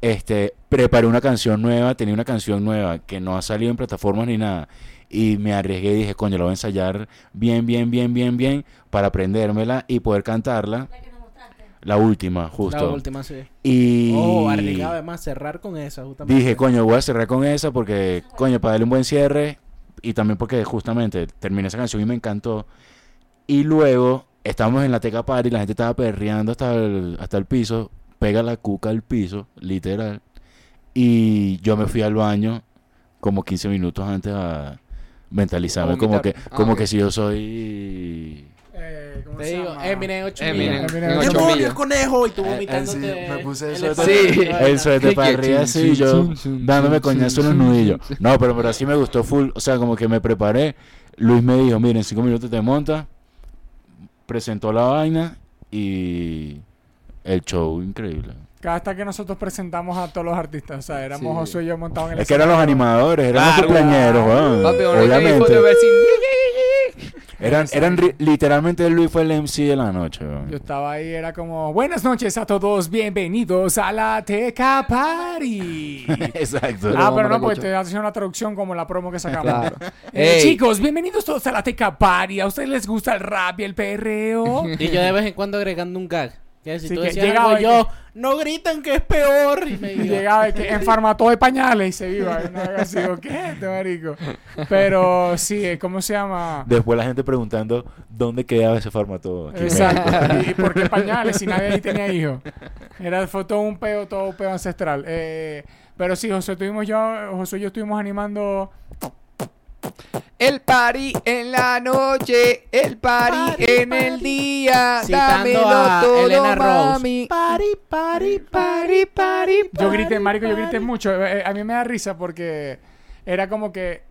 [SPEAKER 3] Este, preparé una canción nueva, tenía una canción nueva que no ha salido en plataformas ni nada. Y me arriesgué y dije, coño, lo voy a ensayar bien, bien, bien, bien, bien, para aprendérmela y poder cantarla.
[SPEAKER 5] La que nos mostraste.
[SPEAKER 3] La última, justo.
[SPEAKER 1] La última, sí.
[SPEAKER 3] Y
[SPEAKER 1] Oh, arriesgado además cerrar con esa justamente.
[SPEAKER 3] dije, coño, voy a cerrar con esa porque, coño, para darle un buen cierre. Y también porque justamente terminé esa canción y me encantó. Y luego estábamos en la Teca Party, la gente estaba perreando hasta el, hasta el piso. Pega la cuca al piso, literal. Y yo me fui al baño como 15 minutos antes a mentalizarme.
[SPEAKER 4] A
[SPEAKER 3] Como
[SPEAKER 4] vomitar.
[SPEAKER 3] que,
[SPEAKER 4] Ah,
[SPEAKER 3] como
[SPEAKER 4] ok.
[SPEAKER 3] que si yo soy...
[SPEAKER 2] Eh, ¿cómo
[SPEAKER 1] Te
[SPEAKER 2] se
[SPEAKER 1] digo,
[SPEAKER 2] llama?
[SPEAKER 1] Eminem 8
[SPEAKER 4] Eminem,
[SPEAKER 1] millas.
[SPEAKER 2] Eminem,
[SPEAKER 4] en Eh, ocho
[SPEAKER 1] ¡Demonio,
[SPEAKER 4] millas.
[SPEAKER 1] conejo! Y tú
[SPEAKER 3] Eh,
[SPEAKER 1] vomitándote.
[SPEAKER 3] eh, sí, me puse
[SPEAKER 1] el
[SPEAKER 3] eso
[SPEAKER 1] elefante.
[SPEAKER 4] de- Sí,
[SPEAKER 1] Ay,
[SPEAKER 3] Él se te
[SPEAKER 4] Sí,
[SPEAKER 3] para
[SPEAKER 4] que
[SPEAKER 3] arriba
[SPEAKER 4] chun,
[SPEAKER 3] así y
[SPEAKER 4] chun,
[SPEAKER 3] yo
[SPEAKER 4] chun, chun,
[SPEAKER 3] dándome
[SPEAKER 4] chun,
[SPEAKER 3] coñazo en
[SPEAKER 4] chun,
[SPEAKER 3] los
[SPEAKER 4] chun,
[SPEAKER 3] nudillos.
[SPEAKER 4] chun.
[SPEAKER 3] No, pero pero sí me gustó full. O sea, como que me preparé. Luis me dijo, miren, en cinco minutos te montas. Presentó la vaina y el show increíble.
[SPEAKER 2] Cada hasta que nosotros presentamos a todos los artistas, o sea, éramos
[SPEAKER 4] Sí.
[SPEAKER 2] Josué y yo montados en el
[SPEAKER 3] Es que eran los
[SPEAKER 2] escenario.
[SPEAKER 3] animadores, eran los
[SPEAKER 4] Claro.
[SPEAKER 3] cumpleañeros, weón.
[SPEAKER 4] Papi, ahora que hay fotos,
[SPEAKER 3] obviamente.
[SPEAKER 4] ver si-
[SPEAKER 3] Eran, eran ri- literalmente Luis fue el MC de la noche, weón.
[SPEAKER 2] Yo estaba ahí, era como, buenas noches a todos, bienvenidos a la Teca Party.
[SPEAKER 3] Exacto.
[SPEAKER 2] ah,
[SPEAKER 4] Broma,
[SPEAKER 2] pero no, porque
[SPEAKER 4] maracucho.
[SPEAKER 2] te hacen una traducción como la promo que sacamos.
[SPEAKER 4] Claro.
[SPEAKER 2] Eh,
[SPEAKER 4] Ey.
[SPEAKER 2] chicos, bienvenidos todos a la Teca Party. ¿A ustedes les gusta el rap y el perreo?
[SPEAKER 1] Y yo de vez en cuando agregando un gag. Que si
[SPEAKER 2] Sí,
[SPEAKER 1] tú
[SPEAKER 2] que
[SPEAKER 1] decías
[SPEAKER 2] llegaba
[SPEAKER 1] algo,
[SPEAKER 2] y
[SPEAKER 1] yo, no gritan que es peor. Y me
[SPEAKER 2] Y llegaba y que enfarma todo de pañales y se iba. Y no era así, ¿o ¿qué? Este marico. Pero sí, eh, ¿cómo se llama?
[SPEAKER 3] Después la gente preguntando dónde quedaba ese formato. aquí en México.
[SPEAKER 2] Exacto. ¿Y por qué pañales si nadie ahí tenía hijos? Era, fue todo un peo, todo un peo ancestral. Eh, pero sí, José, tuvimos yo, José y yo estuvimos animando.
[SPEAKER 4] El party en la noche, el party, en el día,
[SPEAKER 1] Citando
[SPEAKER 4] dámelo
[SPEAKER 1] a
[SPEAKER 4] todo,
[SPEAKER 1] Elena Rose.
[SPEAKER 4] mami.
[SPEAKER 1] Pari, pari, pari, pari,
[SPEAKER 2] Yo grité, marico, yo grité mucho. Eh, eh, a mí me da risa porque era como que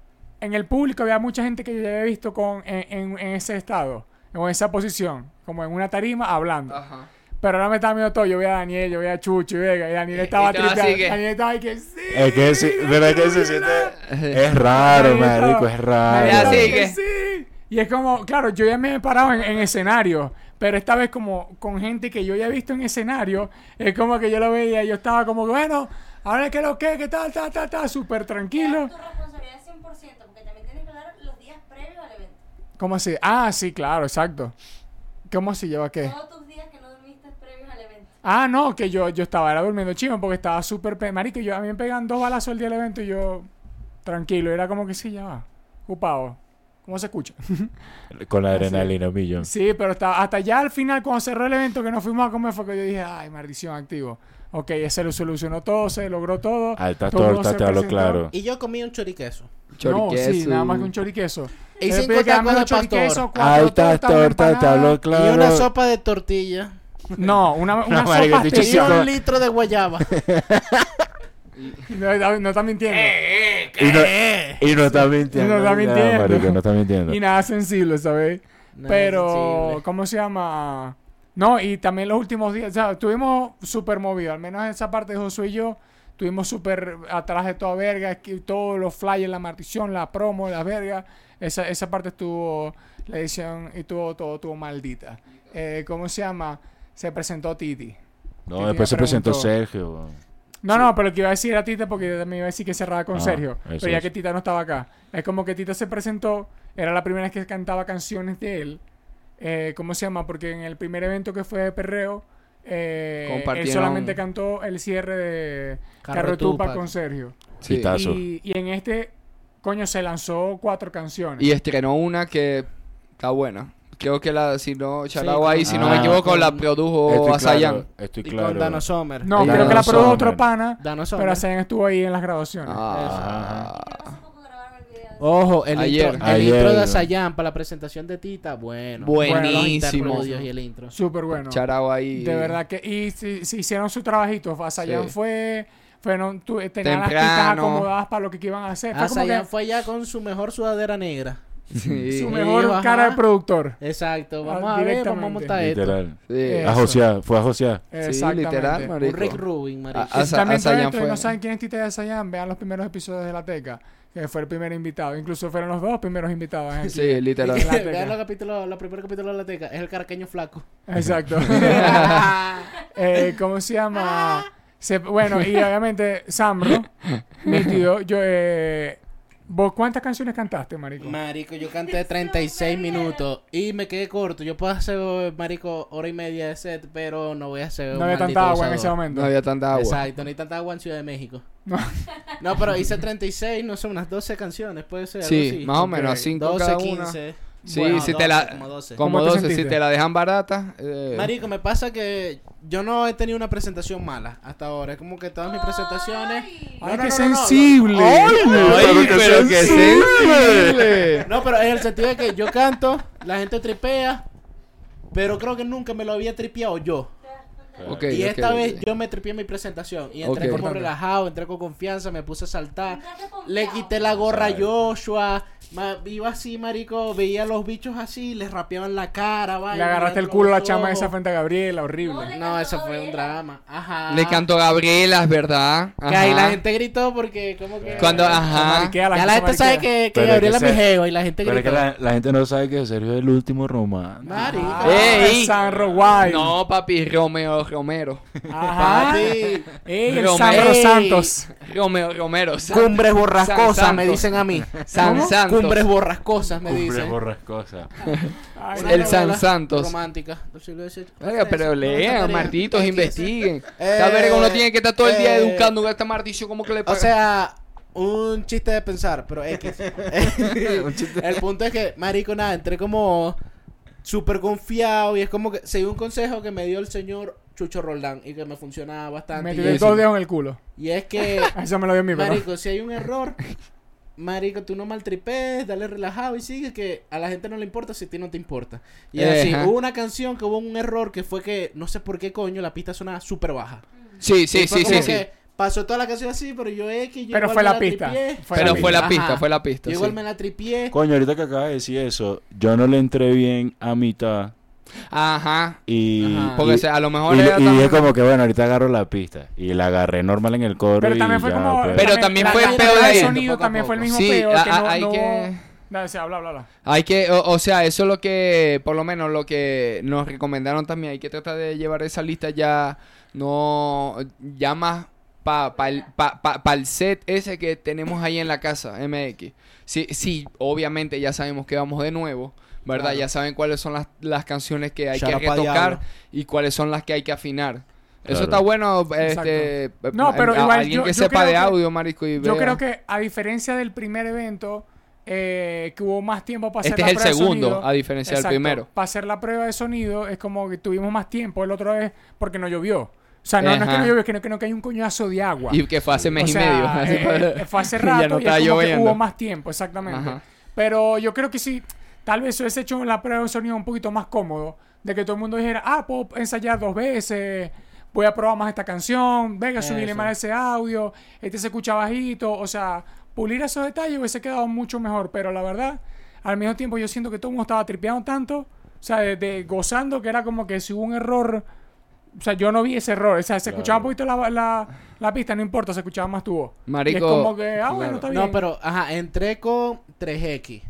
[SPEAKER 2] en el público había mucha gente que yo ya había visto con, en, en- en ese estado, en esa posición, como en una tarima hablando.
[SPEAKER 4] Ajá.
[SPEAKER 2] Pero ahora me estaba viendo todo. Yo veía a Daniel, yo veía a Chucho, y veía- y Daniel estaba
[SPEAKER 4] y estaba así
[SPEAKER 2] tripeando.
[SPEAKER 4] que-
[SPEAKER 2] Daniel estaba ahí que sí.
[SPEAKER 3] Es que sí, ¿verdad que se siente? Es
[SPEAKER 2] Ahí
[SPEAKER 3] raro,
[SPEAKER 2] estaba.
[SPEAKER 3] marico, es raro.
[SPEAKER 2] Ahí estaba
[SPEAKER 4] así
[SPEAKER 2] ahí
[SPEAKER 4] que-
[SPEAKER 2] Ah, sí. Y es como, claro, yo ya me he parado en, en escenario, pero esta vez como con gente que yo ya he visto en escenario, es como que yo lo veía y yo estaba como, bueno, ahora es que lo que, que tal, tal, tal, tal, súper tranquilo.
[SPEAKER 5] Es tu responsabilidad 100%, porque también tienes que hablar los días previos al evento.
[SPEAKER 2] ¿Cómo así? Ah, sí, claro, exacto. ¿Cómo así? ¿Lleva
[SPEAKER 3] Eh.
[SPEAKER 2] qué?
[SPEAKER 5] Todos tus días que no dormiste previos al evento.
[SPEAKER 2] Ah, no, que yo, yo estaba era durmiendo chino porque estaba súper... pe- Marico, yo, a mí me pegan dos balazos el día del evento y yo... Tranquilo, era como que sí, ya va. Ocupado. ¿Cómo se escucha?
[SPEAKER 3] Con la adrenalina, un millón.
[SPEAKER 2] Sí, pero hasta, hasta ya al final, cuando cerró el evento que nos fuimos a comer, fue que yo dije, ay, maldición, activo. Ok, ya se lo solucionó todo, se logró todo.
[SPEAKER 3] Alta
[SPEAKER 2] todo el mundo
[SPEAKER 3] torta,
[SPEAKER 2] se
[SPEAKER 3] te hablo
[SPEAKER 2] presentó.
[SPEAKER 3] claro.
[SPEAKER 1] Y yo comí un choriqueso.
[SPEAKER 2] No,
[SPEAKER 4] Choriqueso.
[SPEAKER 2] sí, nada más que un choriqueso.
[SPEAKER 1] Y
[SPEAKER 2] Eh,
[SPEAKER 1] cinco
[SPEAKER 2] pide que dame
[SPEAKER 1] tacos de
[SPEAKER 2] dos choriquesos,
[SPEAKER 1] pastor.
[SPEAKER 2] cuatro
[SPEAKER 3] Alta
[SPEAKER 2] tortas, una
[SPEAKER 3] torta, te
[SPEAKER 2] empanada.
[SPEAKER 3] hablo claro.
[SPEAKER 1] Y una sopa de tortilla.
[SPEAKER 2] No, una, una
[SPEAKER 3] No, marico,
[SPEAKER 2] sopa
[SPEAKER 3] te
[SPEAKER 1] Y
[SPEAKER 3] Sí,
[SPEAKER 2] azteca.
[SPEAKER 3] como-
[SPEAKER 1] un litro de guayaba.
[SPEAKER 2] No, no, no está mintiendo.
[SPEAKER 3] Y no, y no está mintiendo.
[SPEAKER 2] No está
[SPEAKER 3] ya,
[SPEAKER 2] mintiendo.
[SPEAKER 3] marico, no está mintiendo.
[SPEAKER 2] Y nada sensible, ¿sabes?
[SPEAKER 1] Nada
[SPEAKER 2] Pero,
[SPEAKER 1] sensible.
[SPEAKER 2] ¿cómo se llama? No, y también los últimos días, o sea, estuvimos súper movidos, al menos esa parte de Josué y yo, estuvimos súper atrás de toda verga, esqui- todos los flyers, la maldición, la promo, las vergas, esa, esa parte estuvo, la edición y todo, todo, estuvo maldita. Eh, ¿Cómo se llama? Se presentó Titi.
[SPEAKER 3] No,
[SPEAKER 2] Titi me
[SPEAKER 3] después se presentó
[SPEAKER 2] preguntó.
[SPEAKER 3] Sergio. weón.
[SPEAKER 2] No, no, pero el que iba a decir era Tita porque yo también iba a decir que cerraba con
[SPEAKER 3] Ah,
[SPEAKER 2] Sergio.
[SPEAKER 3] eso
[SPEAKER 2] Pero ya
[SPEAKER 3] es.
[SPEAKER 2] que Tita no estaba acá. Es como que Tita se presentó, era la primera vez que cantaba canciones de él. Eh, ¿Cómo se llama? Porque en el primer evento que fue de Perreo, eh, él
[SPEAKER 4] Compartieron-
[SPEAKER 2] solamente cantó el cierre de
[SPEAKER 1] Carro
[SPEAKER 2] Carro Tupac
[SPEAKER 1] Tupac.
[SPEAKER 2] con Sergio.
[SPEAKER 4] Sí.
[SPEAKER 3] Quita- Caso.
[SPEAKER 2] Y, y en este, coño, se lanzó cuatro canciones.
[SPEAKER 4] Y estrenó una que está buena. Creo que la, si no, Charagua ahí, si no
[SPEAKER 3] Ah,
[SPEAKER 4] me equivoco,
[SPEAKER 1] con-
[SPEAKER 4] la produjo
[SPEAKER 3] Estoy
[SPEAKER 4] Asayan.
[SPEAKER 3] claro. Estoy
[SPEAKER 1] Y con
[SPEAKER 3] claro.
[SPEAKER 1] Dano Sommer.
[SPEAKER 2] no,
[SPEAKER 4] y
[SPEAKER 2] creo que la
[SPEAKER 4] Dano
[SPEAKER 2] produjo
[SPEAKER 3] Sommer.
[SPEAKER 2] otro pana,
[SPEAKER 1] Dano
[SPEAKER 2] pero
[SPEAKER 1] Sommer.
[SPEAKER 2] Asayan estuvo ahí en las grabaciones.
[SPEAKER 4] Ah.
[SPEAKER 5] Yo hace poco grabaron el video.
[SPEAKER 1] Ojo, el
[SPEAKER 4] Ayer.
[SPEAKER 1] intro, el
[SPEAKER 3] Ayer.
[SPEAKER 1] intro de Azayán para la presentación de Tita, bueno.
[SPEAKER 4] Buenísimo.
[SPEAKER 1] Los interludios y el intro.
[SPEAKER 2] Súper bueno.
[SPEAKER 4] Charagua ahí.
[SPEAKER 2] De verdad que. Y si, si hicieron su trabajito. Asayán
[SPEAKER 4] Sí.
[SPEAKER 2] fue. fueron- tu- tenían las
[SPEAKER 4] Temprano.
[SPEAKER 2] pistas acomodadas para lo que iban a hacer. Fue como que
[SPEAKER 1] Azayán fue allá con su mejor sudadera negra.
[SPEAKER 4] Sí.
[SPEAKER 1] Sí,
[SPEAKER 2] su mejor
[SPEAKER 1] ajá.
[SPEAKER 2] cara de productor.
[SPEAKER 1] Exacto, vamos
[SPEAKER 2] Ah,
[SPEAKER 1] a ver,
[SPEAKER 2] directamente.
[SPEAKER 1] vamos a montar esto.
[SPEAKER 3] Literal.
[SPEAKER 4] Sí. Ah,
[SPEAKER 2] Eh,
[SPEAKER 3] A Josiah, fue a Josiah.
[SPEAKER 2] Exactamente.
[SPEAKER 4] literal, marico.
[SPEAKER 1] Un Rick Rubin, marico.
[SPEAKER 4] Ah,
[SPEAKER 2] Si están viendo
[SPEAKER 4] Azayán
[SPEAKER 2] esto y
[SPEAKER 4] fue-
[SPEAKER 2] no saben quién es Tita de Asayán, vean los primeros episodios de La Teca, que fue el primer invitado. Incluso fueron los dos primeros invitados. aquí.
[SPEAKER 4] Sí, literal.
[SPEAKER 2] la teca.
[SPEAKER 1] Vean los capítulos, los primeros capítulos de la teca. Es el caraqueño flaco.
[SPEAKER 2] Exacto. Eh, ¿Cómo se llama? Se- bueno, y obviamente Samro, mi tío, yo... eh, ¿Vos cuántas canciones cantaste, marico?
[SPEAKER 1] Marico, yo canté 36 minutos y me quedé corto. Yo puedo hacer, eh, marico, hora y media de set, pero no voy a hacer un
[SPEAKER 2] No había
[SPEAKER 1] maldito
[SPEAKER 2] tanta agua en ese
[SPEAKER 1] usador.
[SPEAKER 2] momento.
[SPEAKER 4] No había tanta agua.
[SPEAKER 1] Exacto, no hay tanta agua en Ciudad de México.
[SPEAKER 2] No.
[SPEAKER 1] No, pero hice 36, no sé, unas 12 canciones, puede ser. algo
[SPEAKER 4] Sí,
[SPEAKER 1] así.
[SPEAKER 4] más o menos,
[SPEAKER 2] Ok.
[SPEAKER 4] 5
[SPEAKER 1] 12,
[SPEAKER 4] cada una.
[SPEAKER 1] 15.
[SPEAKER 4] Sí,
[SPEAKER 1] Bueno,
[SPEAKER 4] si
[SPEAKER 1] 12,
[SPEAKER 4] te la,
[SPEAKER 1] como 12.
[SPEAKER 4] como
[SPEAKER 2] ¿Cómo te
[SPEAKER 4] 12, si
[SPEAKER 2] sentiste?
[SPEAKER 4] te la dejan barata. eh,
[SPEAKER 1] Marico, me pasa que yo no he tenido una presentación mala hasta ahora. Es como que todas mis presentaciones.
[SPEAKER 5] Ay.
[SPEAKER 1] No,
[SPEAKER 2] ¡Ay,
[SPEAKER 1] no,
[SPEAKER 2] qué
[SPEAKER 1] no, no, no.
[SPEAKER 2] sensible!
[SPEAKER 4] ¡Ay, pero qué sensible!
[SPEAKER 1] No, pero en el sentido de que yo canto, la gente tripea, pero creo que nunca me lo había tripeado yo.
[SPEAKER 5] ¿Te das cuenta?
[SPEAKER 4] Ok,
[SPEAKER 1] y
[SPEAKER 4] ok,
[SPEAKER 1] esta
[SPEAKER 4] ok.
[SPEAKER 1] vez yo me tripié mi presentación y entré
[SPEAKER 4] Ok.
[SPEAKER 1] como
[SPEAKER 2] Importante.
[SPEAKER 1] relajado, entré con confianza, me puse a saltar,
[SPEAKER 5] Entraste pompeado.
[SPEAKER 1] le quité la gorra a Joshua, ma- iba así, marico, veía a los bichos así, les rapeaban la cara, vaina,
[SPEAKER 2] Le agarraste el
[SPEAKER 1] los
[SPEAKER 2] culo a la chama esa
[SPEAKER 1] ojos.
[SPEAKER 2] frente a Gabriela, horrible.
[SPEAKER 5] No,
[SPEAKER 1] No, eso fue un
[SPEAKER 5] Gabriela.
[SPEAKER 1] drama. Ajá.
[SPEAKER 4] Le cantó Gabriela, es verdad.
[SPEAKER 1] Que ahí la
[SPEAKER 4] Ajá.
[SPEAKER 1] gente gritó porque como que...
[SPEAKER 4] Cuando, ajá.
[SPEAKER 2] Mariquea,
[SPEAKER 1] ya la gente
[SPEAKER 2] mariquea.
[SPEAKER 1] sabe que, que
[SPEAKER 3] Pero es que
[SPEAKER 1] Gabriela es mi
[SPEAKER 3] se-
[SPEAKER 1] jeva y la gente
[SPEAKER 3] Pero es
[SPEAKER 1] gritó.
[SPEAKER 3] que la, la gente no sabe que Sergio es el último román.
[SPEAKER 1] Marico.
[SPEAKER 2] Ah,
[SPEAKER 4] Ey.
[SPEAKER 2] San Roguay.
[SPEAKER 4] No, papi, Romeo Romero.
[SPEAKER 2] Ajá.
[SPEAKER 1] Papi.
[SPEAKER 2] Ey, el
[SPEAKER 4] Romeo.
[SPEAKER 2] Sanro
[SPEAKER 1] Ey.
[SPEAKER 2] Santos.
[SPEAKER 4] Romeo Romero. San,
[SPEAKER 1] Cumbres borrascosas,
[SPEAKER 4] San
[SPEAKER 1] me
[SPEAKER 4] Santos.
[SPEAKER 1] dicen a mí.
[SPEAKER 4] San
[SPEAKER 1] ¿Cómo?
[SPEAKER 4] Santos.
[SPEAKER 1] Cumbres borrascosas, me
[SPEAKER 3] Cumple
[SPEAKER 1] dicen.
[SPEAKER 3] borrascosa.
[SPEAKER 2] Ay,
[SPEAKER 1] Una
[SPEAKER 4] El
[SPEAKER 1] novela
[SPEAKER 4] San Santos.
[SPEAKER 1] Romántica del siglo XVIII.
[SPEAKER 4] Oiga, pero
[SPEAKER 1] Ustedes, no,
[SPEAKER 4] lean,
[SPEAKER 1] esa
[SPEAKER 4] malditos,
[SPEAKER 1] tarea.
[SPEAKER 4] investiguen.
[SPEAKER 1] Eh,
[SPEAKER 4] Esta verga uno tiene que estar todo el día
[SPEAKER 1] eh,
[SPEAKER 4] educando a este martillo como que le
[SPEAKER 1] O
[SPEAKER 4] pasa.
[SPEAKER 1] sea, un chiste de pensar, pero X. el punto es que, marico, nada, entré como súper confiado y es como que seguí un consejo que me dio el señor Chucho Roldán y que me funcionaba bastante.
[SPEAKER 2] Me
[SPEAKER 1] Y
[SPEAKER 2] tiré
[SPEAKER 1] es-
[SPEAKER 2] dos dedos en el culo.
[SPEAKER 1] y es que
[SPEAKER 2] Eso me lo dio mi perro.
[SPEAKER 1] Marico, si hay un error, Marico, tú no maltripes, dale relajado y sigue que a la gente no le importa si a ti no te importa. Y
[SPEAKER 4] Eh,
[SPEAKER 1] así,
[SPEAKER 4] ajá.
[SPEAKER 1] hubo una canción que hubo un error que fue que no sé por qué coño la pista sonaba súper baja.
[SPEAKER 4] sí,
[SPEAKER 1] Y
[SPEAKER 4] sí,
[SPEAKER 1] fue
[SPEAKER 4] sí,
[SPEAKER 1] como
[SPEAKER 4] sí, sí.
[SPEAKER 1] que Pasó toda la canción así, pero yo X, yo
[SPEAKER 2] Pero
[SPEAKER 1] igual me
[SPEAKER 2] fue la pista,
[SPEAKER 1] tripié.
[SPEAKER 2] fue
[SPEAKER 4] Pero fue la
[SPEAKER 1] Ajá.
[SPEAKER 4] pista, fue la pista.
[SPEAKER 1] Yo igual
[SPEAKER 4] sí.
[SPEAKER 1] me la tripié.
[SPEAKER 3] Coño, ahorita que acabas de decir eso, yo no le entré bien a mitad
[SPEAKER 4] Ajá.
[SPEAKER 3] y...
[SPEAKER 1] Ajá.
[SPEAKER 4] Porque
[SPEAKER 3] y-
[SPEAKER 4] se- a lo mejor
[SPEAKER 3] Y,
[SPEAKER 4] era
[SPEAKER 3] y
[SPEAKER 4] también-
[SPEAKER 3] dije como que bueno, ahorita agarro la pista. Y la agarré normal en el coro.
[SPEAKER 2] Pero
[SPEAKER 3] y
[SPEAKER 2] también fue
[SPEAKER 3] ya,
[SPEAKER 2] como.
[SPEAKER 3] pues.
[SPEAKER 4] Pero también
[SPEAKER 2] la-
[SPEAKER 4] fue
[SPEAKER 2] la-
[SPEAKER 4] el
[SPEAKER 2] la-
[SPEAKER 4] peor
[SPEAKER 2] El
[SPEAKER 4] ahí.
[SPEAKER 2] sonido
[SPEAKER 1] Poco a
[SPEAKER 2] también fue el
[SPEAKER 1] poco.
[SPEAKER 2] mismo
[SPEAKER 4] Sí,
[SPEAKER 2] peor. que
[SPEAKER 4] a- a-
[SPEAKER 2] no-
[SPEAKER 4] hay
[SPEAKER 2] no-
[SPEAKER 4] que-
[SPEAKER 2] No, se habla, habla, habla.
[SPEAKER 4] Hay que, o, o sea, eso es lo que, por lo menos lo que nos recomendaron también, hay que tratar de llevar esa lista ya, no, ya más para pa, el- pa- pa- pa el set ese que tenemos ahí en la casa, MX. Sí, sí, obviamente ya sabemos que vamos de nuevo, ¿verdad?
[SPEAKER 1] Claro.
[SPEAKER 4] Ya saben cuáles son las, las canciones que hay
[SPEAKER 1] Charapa
[SPEAKER 4] que retocar
[SPEAKER 1] Diablo.
[SPEAKER 4] y cuáles son las que hay que afinar. Eso
[SPEAKER 3] Claro.
[SPEAKER 4] está bueno, este,
[SPEAKER 2] Exacto. No, pero
[SPEAKER 4] a-
[SPEAKER 2] igual
[SPEAKER 4] alguien
[SPEAKER 2] yo-
[SPEAKER 4] que
[SPEAKER 2] yo
[SPEAKER 4] sepa
[SPEAKER 2] creo
[SPEAKER 4] de
[SPEAKER 2] que-
[SPEAKER 4] audio, marico, y
[SPEAKER 2] Yo
[SPEAKER 4] vea.
[SPEAKER 2] creo que, a diferencia del primer evento, eh, que hubo más tiempo para
[SPEAKER 4] Este
[SPEAKER 2] hacer la
[SPEAKER 4] es el
[SPEAKER 2] prueba de
[SPEAKER 4] segundo,
[SPEAKER 2] sonido.
[SPEAKER 4] a diferencia del
[SPEAKER 2] Exacto.
[SPEAKER 4] primero.
[SPEAKER 2] Para hacer la prueba de sonido, es como que tuvimos más tiempo. El otro es porque no llovió. O sea, no, no es que
[SPEAKER 4] Ajá.
[SPEAKER 2] no llovió, es que no, que no hay un coñazo de agua.
[SPEAKER 4] Y que fue hace mes
[SPEAKER 2] O sea,
[SPEAKER 4] y medio.
[SPEAKER 2] eh, fue hace rato
[SPEAKER 4] ya no
[SPEAKER 2] y es
[SPEAKER 4] estaba
[SPEAKER 2] como que
[SPEAKER 4] lloviendo.
[SPEAKER 2] hubo más tiempo, exactamente.
[SPEAKER 4] Ajá.
[SPEAKER 2] Pero yo creo que sí, tal vez hubiese hecho la prueba de sonido un poquito más cómodo, de que todo el mundo dijera, ah, puedo ensayar dos veces, voy a probar más esta canción, venga, subirle
[SPEAKER 1] Eso.
[SPEAKER 2] más ese audio, este se escucha bajito, o sea, pulir esos detalles hubiese quedado mucho mejor, pero la verdad, al mismo tiempo yo siento que todo el mundo estaba tripeando tanto, o sea, de, de- gozando, que era como que si hubo un error... O sea, yo no vi ese error. O sea, se escuchaba un poquito la, la, la pista, no importa, se escuchaba más tu voz.
[SPEAKER 4] Marico,
[SPEAKER 2] Y es como que, ah,
[SPEAKER 4] claro.
[SPEAKER 2] bueno, está bien.
[SPEAKER 1] No, pero, ajá, entré con 3X.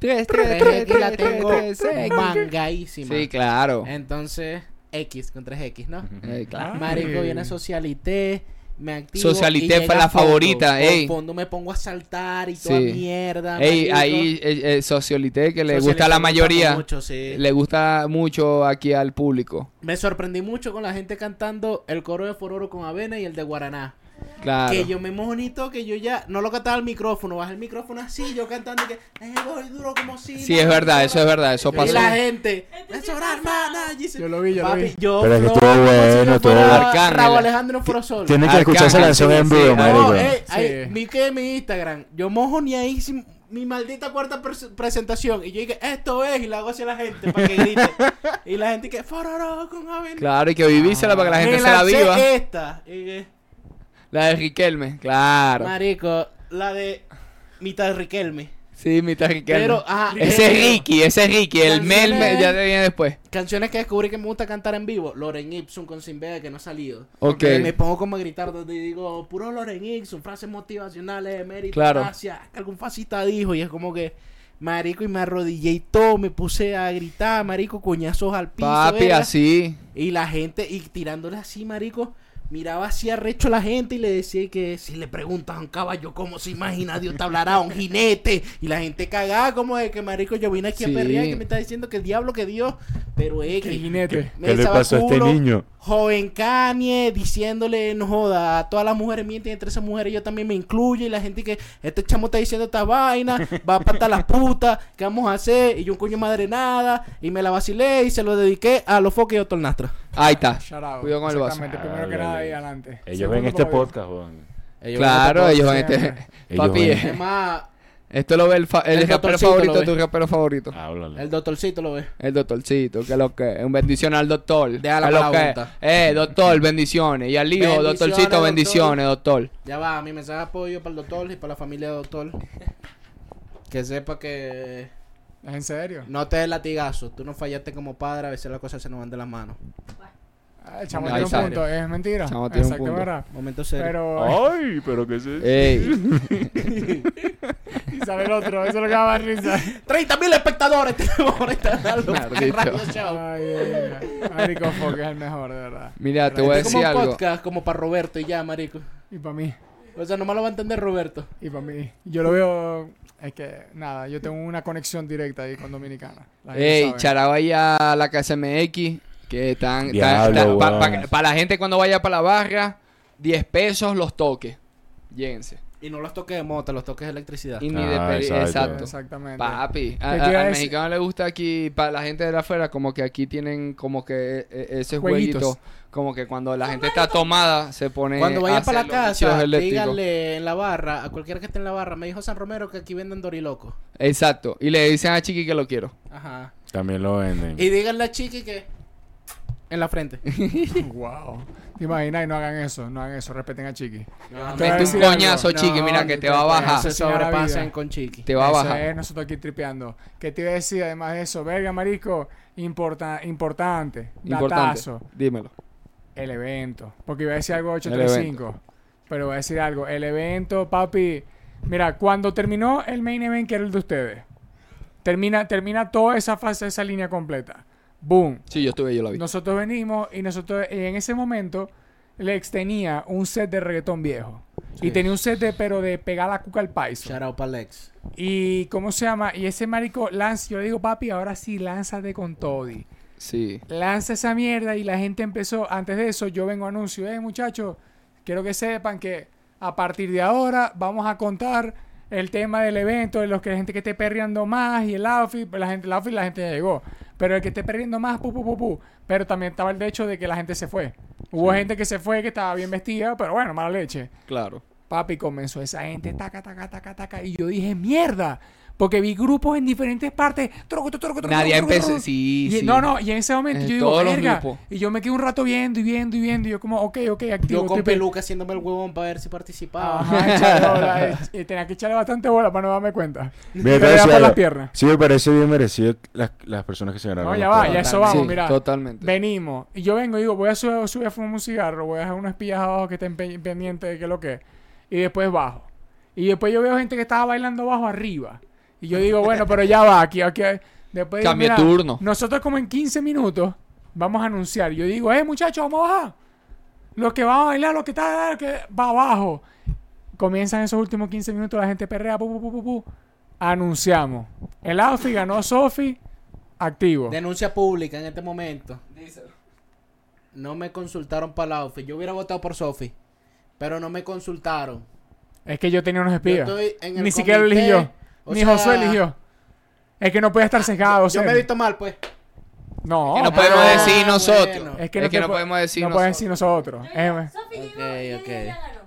[SPEAKER 4] 3,
[SPEAKER 1] 3X la tengo mangaísima.
[SPEAKER 4] Sí, claro.
[SPEAKER 1] Entonces, X con 3X, ¿no?
[SPEAKER 4] Eh, claro.
[SPEAKER 1] Marico, viene Socialité. Me activo.
[SPEAKER 4] Socialité
[SPEAKER 1] y llega
[SPEAKER 4] fue la
[SPEAKER 1] fondo.
[SPEAKER 4] favorita,
[SPEAKER 1] Con
[SPEAKER 4] ey.
[SPEAKER 1] fondo me pongo a saltar y toda
[SPEAKER 4] Sí.
[SPEAKER 1] mierda.
[SPEAKER 4] Ey,
[SPEAKER 1] marico.
[SPEAKER 4] ahí eh, eh, Sociolite, que le
[SPEAKER 1] Socialité
[SPEAKER 4] gusta a la
[SPEAKER 1] me
[SPEAKER 4] mayoría,
[SPEAKER 1] mucho, sí.
[SPEAKER 4] le gusta mucho aquí al público.
[SPEAKER 1] Me sorprendí mucho con la gente cantando el coro de Fororo con Avena y el de Guaraná.
[SPEAKER 4] Claro.
[SPEAKER 1] Que yo me monito, que yo ya no lo cantaba al micrófono, bajé el micrófono así, yo cantando y que "Eh, voy duro como si.
[SPEAKER 4] Sí, es verdad, eso es verdad, eso
[SPEAKER 1] Y
[SPEAKER 4] pasó.
[SPEAKER 1] la gente, eso era hermana. y dice,
[SPEAKER 2] Yo lo vi, yo lo
[SPEAKER 1] "Papi,
[SPEAKER 2] vi".
[SPEAKER 1] yo
[SPEAKER 3] Pero es que
[SPEAKER 1] flojo,
[SPEAKER 3] estuvo
[SPEAKER 1] como
[SPEAKER 3] bueno,
[SPEAKER 1] no
[SPEAKER 3] estuvo-
[SPEAKER 1] fuera
[SPEAKER 4] Arcángel.
[SPEAKER 1] Rauw Alejandro Frosol.
[SPEAKER 3] Tiene que escuchar esa
[SPEAKER 4] Arcángel,
[SPEAKER 3] canción
[SPEAKER 4] sí,
[SPEAKER 3] en
[SPEAKER 4] sí,
[SPEAKER 3] vivo,
[SPEAKER 4] sí.
[SPEAKER 1] No,
[SPEAKER 3] marico.
[SPEAKER 1] eh,
[SPEAKER 2] Sí.
[SPEAKER 1] ahí, vi que en mi Instagram, yo mojoneadísimo mi maldita cuarta pres- presentación. Y yo dije, esto es, y la hago hacia la gente para que grite. y la gente que, fororó con Avena.
[SPEAKER 4] Claro, y que vivísela para que la gente
[SPEAKER 1] Me
[SPEAKER 4] se la
[SPEAKER 1] lancé
[SPEAKER 4] viva.
[SPEAKER 2] eh.
[SPEAKER 1] esta. y eh, que,
[SPEAKER 4] La de Riquelme, claro.
[SPEAKER 1] Marico, la de mitad de Riquelme.
[SPEAKER 4] Sí, mitad Riquelme.
[SPEAKER 1] Pero, ah, eh, ajá,
[SPEAKER 4] ese es
[SPEAKER 1] pero-
[SPEAKER 4] Ricky, ese es Ricky, el Mel
[SPEAKER 1] Canciones-
[SPEAKER 4] me- ya te viene después.
[SPEAKER 1] Canciones que descubrí que me gusta cantar en vivo. Loren Ipsum con Sin Veda que no ha salido.
[SPEAKER 4] Ok.
[SPEAKER 1] Me pongo como a gritar donde digo, puro Loren Ipsum, frases motivacionales, mérito,
[SPEAKER 4] Claro.
[SPEAKER 1] gracias, que algún fascista dijo. Y es como que, marico, y me arrodillé y todo, me puse a gritar, marico, coñazos al piso.
[SPEAKER 4] Papi,
[SPEAKER 1] verga.
[SPEAKER 4] así.
[SPEAKER 1] Y la gente, y tirándole así, marico, miraba así arrecho la gente y le decía que si le preguntas a un caballo cómo se imagina, Dios te hablará a un jinete. Y la gente cagada como de que, marico, yo vine aquí
[SPEAKER 4] Sí.
[SPEAKER 1] a perrear y que me está diciendo que el diablo, que Dios. Pero es
[SPEAKER 2] Qué
[SPEAKER 1] que...
[SPEAKER 2] jinete.
[SPEAKER 1] me
[SPEAKER 3] ¿Qué le
[SPEAKER 1] besaba
[SPEAKER 3] pasó a este
[SPEAKER 1] culo,
[SPEAKER 3] niño?
[SPEAKER 1] Joven Kanye diciéndole, no joda, a todas las mujeres mienten, entre esas mujeres yo también me incluyo. Y la gente que, este chamo está diciendo esta vaina, va a patar las putas, ¿qué vamos a hacer? Y yo un coño madre nada, y me la vacilé y se lo dediqué a los foques y Otornastra.
[SPEAKER 4] Ahí está.
[SPEAKER 2] Shout out.
[SPEAKER 4] Cuidado con el vaso.
[SPEAKER 2] Exactamente, primero que
[SPEAKER 3] Ah,
[SPEAKER 2] nada ahí
[SPEAKER 3] dale.
[SPEAKER 2] adelante.
[SPEAKER 3] Ellos
[SPEAKER 2] Segundo
[SPEAKER 3] ven este
[SPEAKER 2] todavía.
[SPEAKER 3] podcast, weón.
[SPEAKER 1] Ellos
[SPEAKER 4] Claro,
[SPEAKER 1] van a
[SPEAKER 4] ellos van a
[SPEAKER 2] siempre.
[SPEAKER 4] este.
[SPEAKER 3] Ellos
[SPEAKER 4] Papi,
[SPEAKER 3] van-
[SPEAKER 1] Es más,
[SPEAKER 4] Esto lo ve el, fa- el
[SPEAKER 1] El
[SPEAKER 4] rapero
[SPEAKER 1] doctorcito
[SPEAKER 4] favorito,
[SPEAKER 1] lo ve. Ah.
[SPEAKER 4] tu rapero favorito.
[SPEAKER 3] Háblale.
[SPEAKER 1] El doctorcito lo ve.
[SPEAKER 4] El doctorcito, que lo que. Un bendición al doctor.
[SPEAKER 1] Deja la
[SPEAKER 4] que lo
[SPEAKER 1] mala
[SPEAKER 4] que.
[SPEAKER 1] voluntad.
[SPEAKER 4] Eh, doctor, bendiciones. Y al hijo,
[SPEAKER 1] Bendiciones,
[SPEAKER 4] doctorcito,
[SPEAKER 1] doctor.
[SPEAKER 4] bendiciones, doctor.
[SPEAKER 1] Ya va, mi mensaje de apoyo para el doctor y para la familia del doctor. Que sepa que
[SPEAKER 2] ¿Es en serio?
[SPEAKER 1] no te des latigazo. Tú no fallaste como padre, a veces las cosas se nos van de las manos.
[SPEAKER 2] Ah, El chamo
[SPEAKER 4] No,
[SPEAKER 2] tiene un
[SPEAKER 4] en serio.
[SPEAKER 2] punto, es mentira.
[SPEAKER 4] Chamo tiene un
[SPEAKER 2] Exacto,
[SPEAKER 4] punto.
[SPEAKER 2] ¿verdad?
[SPEAKER 1] Momento serio. Oh.
[SPEAKER 2] Pero
[SPEAKER 3] Ay, pero qué sé.
[SPEAKER 2] Eh,
[SPEAKER 4] Ey,
[SPEAKER 2] y sale el otro, eso es lo que va a dar risa.
[SPEAKER 1] 30.000 espectadores tenemos ahorita en Algo
[SPEAKER 4] Maldito.
[SPEAKER 1] Radio Show.
[SPEAKER 2] Ay, Dios mío. marico Fox es el mejor, de verdad.
[SPEAKER 4] mira, te voy a
[SPEAKER 1] Este Es como
[SPEAKER 4] decir
[SPEAKER 1] un
[SPEAKER 4] algo.
[SPEAKER 1] podcast como para Roberto y ya, marico.
[SPEAKER 2] Y para mí,
[SPEAKER 1] O sea, nomás lo va a entender Roberto.
[SPEAKER 2] y para mí. Yo lo veo, es que nada, yo tengo una conexión directa ahí con Dominicana. La gente
[SPEAKER 4] Ey,
[SPEAKER 2] sabe.
[SPEAKER 4] charaba ahí a la KSMX. Que están.
[SPEAKER 3] Diablo,
[SPEAKER 4] Para
[SPEAKER 3] weón.
[SPEAKER 4] la gente cuando vaya para la barra, 10 pesos los toques. Lléguense.
[SPEAKER 1] Y no los toques de mota, los toques de electricidad.
[SPEAKER 4] Y ni de
[SPEAKER 3] Ah,
[SPEAKER 4] peri-
[SPEAKER 3] exacto.
[SPEAKER 4] exacto.
[SPEAKER 2] Exactamente. Pues ¿Qué te
[SPEAKER 4] Papi, a-
[SPEAKER 2] iba a
[SPEAKER 4] a- al
[SPEAKER 2] decir?
[SPEAKER 4] mexicano le gusta aquí, para la gente de afuera, como que aquí tienen como que e- e- ese
[SPEAKER 2] Jueguitos.
[SPEAKER 4] jueguito, como que cuando la gente está tomada, se pone
[SPEAKER 1] Cuando
[SPEAKER 4] a
[SPEAKER 1] vayan
[SPEAKER 4] hacer
[SPEAKER 1] para la
[SPEAKER 4] los vicios
[SPEAKER 1] casa,
[SPEAKER 4] eléctricos.
[SPEAKER 1] díganle en la barra, a cualquiera que esté en la barra, me dijo San Romero que aquí venden Doriloco.
[SPEAKER 4] Exacto, y le dicen a Chiqui que lo quiero.
[SPEAKER 1] Ajá.
[SPEAKER 3] También lo venden.
[SPEAKER 1] Y díganle a Chiqui que... En la frente.
[SPEAKER 2] Wow. Te imaginas y no hagan eso, no hagan eso, respeten a Chiqui. Te voy a
[SPEAKER 4] Mete un
[SPEAKER 2] decir algo.
[SPEAKER 4] coñazo,
[SPEAKER 2] No,
[SPEAKER 4] Chiqui, mira que te va a
[SPEAKER 2] hombre,
[SPEAKER 4] bajar,
[SPEAKER 1] se
[SPEAKER 2] asesinar la
[SPEAKER 1] sobrepasen
[SPEAKER 2] vida.
[SPEAKER 1] con Chiqui.
[SPEAKER 4] te va a
[SPEAKER 2] Eso
[SPEAKER 4] bajar.
[SPEAKER 2] es, nosotros aquí tripeando. ¿Qué te iba a decir además de eso? Verga, marico, importa, importante,
[SPEAKER 4] Importante,
[SPEAKER 2] datazo,
[SPEAKER 4] dímelo.
[SPEAKER 2] el evento. Porque iba a decir algo 835, pero voy a decir algo. El evento, papi, mira, cuando terminó el main event que era el de ustedes, termina, termina toda esa fase, esa línea completa. Boom.
[SPEAKER 4] Sí, yo estuve, yo lo vi.
[SPEAKER 2] Nosotros venimos y nosotros en ese momento Lex tenía un set de reggaetón viejo. Y
[SPEAKER 1] Sí.
[SPEAKER 2] tenía un set de, pero de pegar la cuca al paiso.
[SPEAKER 1] Shout out para Lex.
[SPEAKER 2] Y cómo se llama, y ese marico lanza, yo le digo, papi, ahora sí, lánzate con Toddy.
[SPEAKER 4] Sí,
[SPEAKER 2] Lanza esa mierda y la gente empezó, antes de eso yo vengo a anuncio, eh muchachos, quiero que sepan que a partir de ahora vamos a contar el tema del evento, de los que la gente que esté perreando más y el outfit, la gente, el outfit la gente ya llegó, pero el que esté perreando más, pu, pu, pu, pu. pero también estaba el hecho de que la gente se fue. Hubo gente que se fue, que estaba bien vestida, pero bueno, mala leche.
[SPEAKER 4] claro.
[SPEAKER 2] Papi, comenzó esa gente, taca, taca, taca, taca. Y yo dije, mierda. Porque vi grupos en diferentes partes. troco, troco, troco, troco,
[SPEAKER 4] Nadie
[SPEAKER 2] troco, troco,
[SPEAKER 4] empezó,
[SPEAKER 2] troco.
[SPEAKER 4] sí,
[SPEAKER 2] Y-
[SPEAKER 4] sí.
[SPEAKER 2] No, no, y en ese momento
[SPEAKER 4] En
[SPEAKER 2] yo digo,
[SPEAKER 4] todos los
[SPEAKER 2] verga.
[SPEAKER 4] grupos.
[SPEAKER 2] Y yo me quedé un rato viendo y viendo y viendo. Y yo, como, ok, ok, activo.
[SPEAKER 1] Yo con
[SPEAKER 2] estoy pe-
[SPEAKER 1] peluca haciéndome el huevón para ver si participaba.
[SPEAKER 2] Ajá, echarle bola, eh, eh, tenía que echarle bastante bola para no darme cuenta.
[SPEAKER 3] Mira,
[SPEAKER 2] Pero
[SPEAKER 3] te voy a
[SPEAKER 2] era
[SPEAKER 3] decir
[SPEAKER 2] por la
[SPEAKER 3] algo.
[SPEAKER 2] pierna.
[SPEAKER 3] Sí, me parece bien merecido las, las personas que se ganaron.
[SPEAKER 2] No,
[SPEAKER 3] los
[SPEAKER 2] ya va,
[SPEAKER 3] premios.
[SPEAKER 2] ya eso vamos,
[SPEAKER 4] Sí,
[SPEAKER 2] mira.
[SPEAKER 4] Totalmente.
[SPEAKER 2] Venimos. Y yo vengo y digo, voy a subir, subir a fumar un cigarro, voy a dejar unas pillas abajo que estén pe- pendientes de qué es lo que es. Y después bajo. Y después yo veo gente que estaba bailando bajo arriba. Y yo digo, bueno, pero ya va, aquí, aquí. Después digo,
[SPEAKER 4] Cambio de
[SPEAKER 2] mira,
[SPEAKER 4] turno.
[SPEAKER 2] Nosotros como en 15 minutos vamos a anunciar. Yo digo, eh, muchachos, vamos a bajar. Los que van a bailar, los que están, los que va abajo. Comienzan esos últimos 15 minutos, la gente perrea, pu, pu, pu, pu, pu. Anunciamos. El outfit ganó Sofi, activo.
[SPEAKER 1] Denuncia pública en este momento. No me consultaron para la outfit. Yo hubiera votado por Sofi. Pero no me consultaron.
[SPEAKER 2] Es que yo tenía unos
[SPEAKER 1] Yo
[SPEAKER 2] espías.
[SPEAKER 1] estoy en el
[SPEAKER 2] Ni siquiera lo
[SPEAKER 1] comité,
[SPEAKER 2] elegí yo.
[SPEAKER 1] o
[SPEAKER 2] Ni
[SPEAKER 1] sea, Ah,
[SPEAKER 2] Josué eligió. Es que no podía estar sesgado.
[SPEAKER 1] Yo
[SPEAKER 2] Sergio.
[SPEAKER 1] me he visto mal, pues.
[SPEAKER 2] No,
[SPEAKER 4] Que no
[SPEAKER 2] no,
[SPEAKER 4] podemos
[SPEAKER 1] Ah,
[SPEAKER 4] decir
[SPEAKER 1] bueno.
[SPEAKER 4] nosotros.
[SPEAKER 2] es que no, te
[SPEAKER 4] no
[SPEAKER 2] po-
[SPEAKER 4] podemos decir
[SPEAKER 2] no
[SPEAKER 4] nosotros.
[SPEAKER 2] puedes decir nosotros. Eh,
[SPEAKER 5] Sofi llegó
[SPEAKER 1] Ok,
[SPEAKER 5] y
[SPEAKER 1] ok.
[SPEAKER 5] ella ya ganó.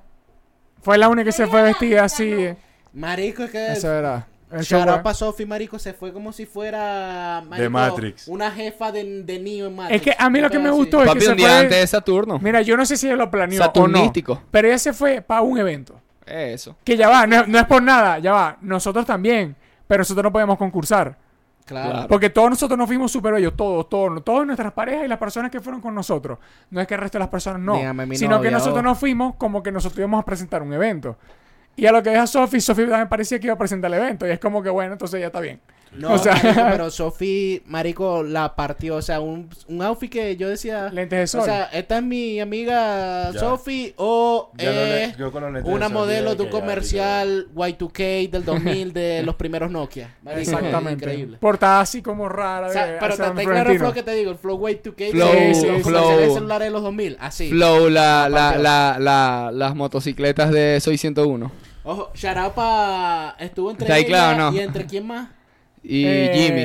[SPEAKER 2] fue la única que se fue vestida así. eh.
[SPEAKER 1] Marico, es que.
[SPEAKER 2] Eso era. Eso
[SPEAKER 1] Shout
[SPEAKER 2] fue.
[SPEAKER 1] out pa' Sofi, marico, se fue como si fuera... marico,
[SPEAKER 3] De Matrix.
[SPEAKER 1] Una jefa de, de Neo en Matrix.
[SPEAKER 2] Es que a mí lo que me
[SPEAKER 1] Entonces,
[SPEAKER 2] gustó es que
[SPEAKER 4] Papi,
[SPEAKER 2] se
[SPEAKER 4] un día
[SPEAKER 2] fue.
[SPEAKER 4] antes de Saturno.
[SPEAKER 2] Mira, yo no sé si ella lo planeó o no.
[SPEAKER 4] Saturnístico.
[SPEAKER 2] Pero ella se fue para un evento.
[SPEAKER 4] Eso.
[SPEAKER 2] Que ya va, no, no es por nada, ya va. Nosotros también. Pero nosotros no podemos concursar.
[SPEAKER 1] Claro.
[SPEAKER 2] Porque todos nosotros nos fuimos súper bellos, todos, todos, todas nuestras parejas y las personas que fueron con nosotros. No es que el resto de las personas no,
[SPEAKER 1] Dígame, mi
[SPEAKER 2] sino que
[SPEAKER 1] novia,
[SPEAKER 2] nosotros
[SPEAKER 1] oh.
[SPEAKER 2] nos fuimos como que nosotros íbamos a presentar un evento. Y a lo que deja Sofi, Sofi también parecía que iba a presentar el evento. Y es como que bueno, entonces ya está bien.
[SPEAKER 1] No,
[SPEAKER 2] o sea-
[SPEAKER 1] marico, pero Sofi, marico, la partió. O sea, un, un outfit que yo decía...
[SPEAKER 2] Lentes de sol.
[SPEAKER 1] O sea, esta es mi amiga
[SPEAKER 3] Ya.
[SPEAKER 1] Sofi o
[SPEAKER 3] Ya lo le-
[SPEAKER 1] es
[SPEAKER 3] yo con los lentes
[SPEAKER 1] Eh, una
[SPEAKER 3] de sol
[SPEAKER 1] modelo
[SPEAKER 3] dije
[SPEAKER 1] de un
[SPEAKER 3] que ya,
[SPEAKER 1] comercial Y2K del 2000 de los primeros Nokia. Marico,
[SPEAKER 2] Exactamente.
[SPEAKER 1] Increíble.
[SPEAKER 2] Portada así como rara.
[SPEAKER 1] O sea,
[SPEAKER 2] de-
[SPEAKER 1] pero
[SPEAKER 2] hacer
[SPEAKER 1] está
[SPEAKER 2] un
[SPEAKER 1] claro el flow
[SPEAKER 2] Florentino.
[SPEAKER 1] que te digo, el flow Y2K
[SPEAKER 4] Flow,
[SPEAKER 1] de
[SPEAKER 2] sí,
[SPEAKER 1] los
[SPEAKER 2] flow.
[SPEAKER 1] comerciales de celulares de los 2000, así.
[SPEAKER 4] Flow, la, la,
[SPEAKER 1] Campeón.
[SPEAKER 4] la, la, las motocicletas de Soy 101.
[SPEAKER 1] Ojo, Sharapa estuvo entre
[SPEAKER 4] ¿Está ahí
[SPEAKER 1] ella
[SPEAKER 4] claro o no?
[SPEAKER 1] y entre quién más.
[SPEAKER 4] Y
[SPEAKER 2] Eh,
[SPEAKER 4] Jimmy.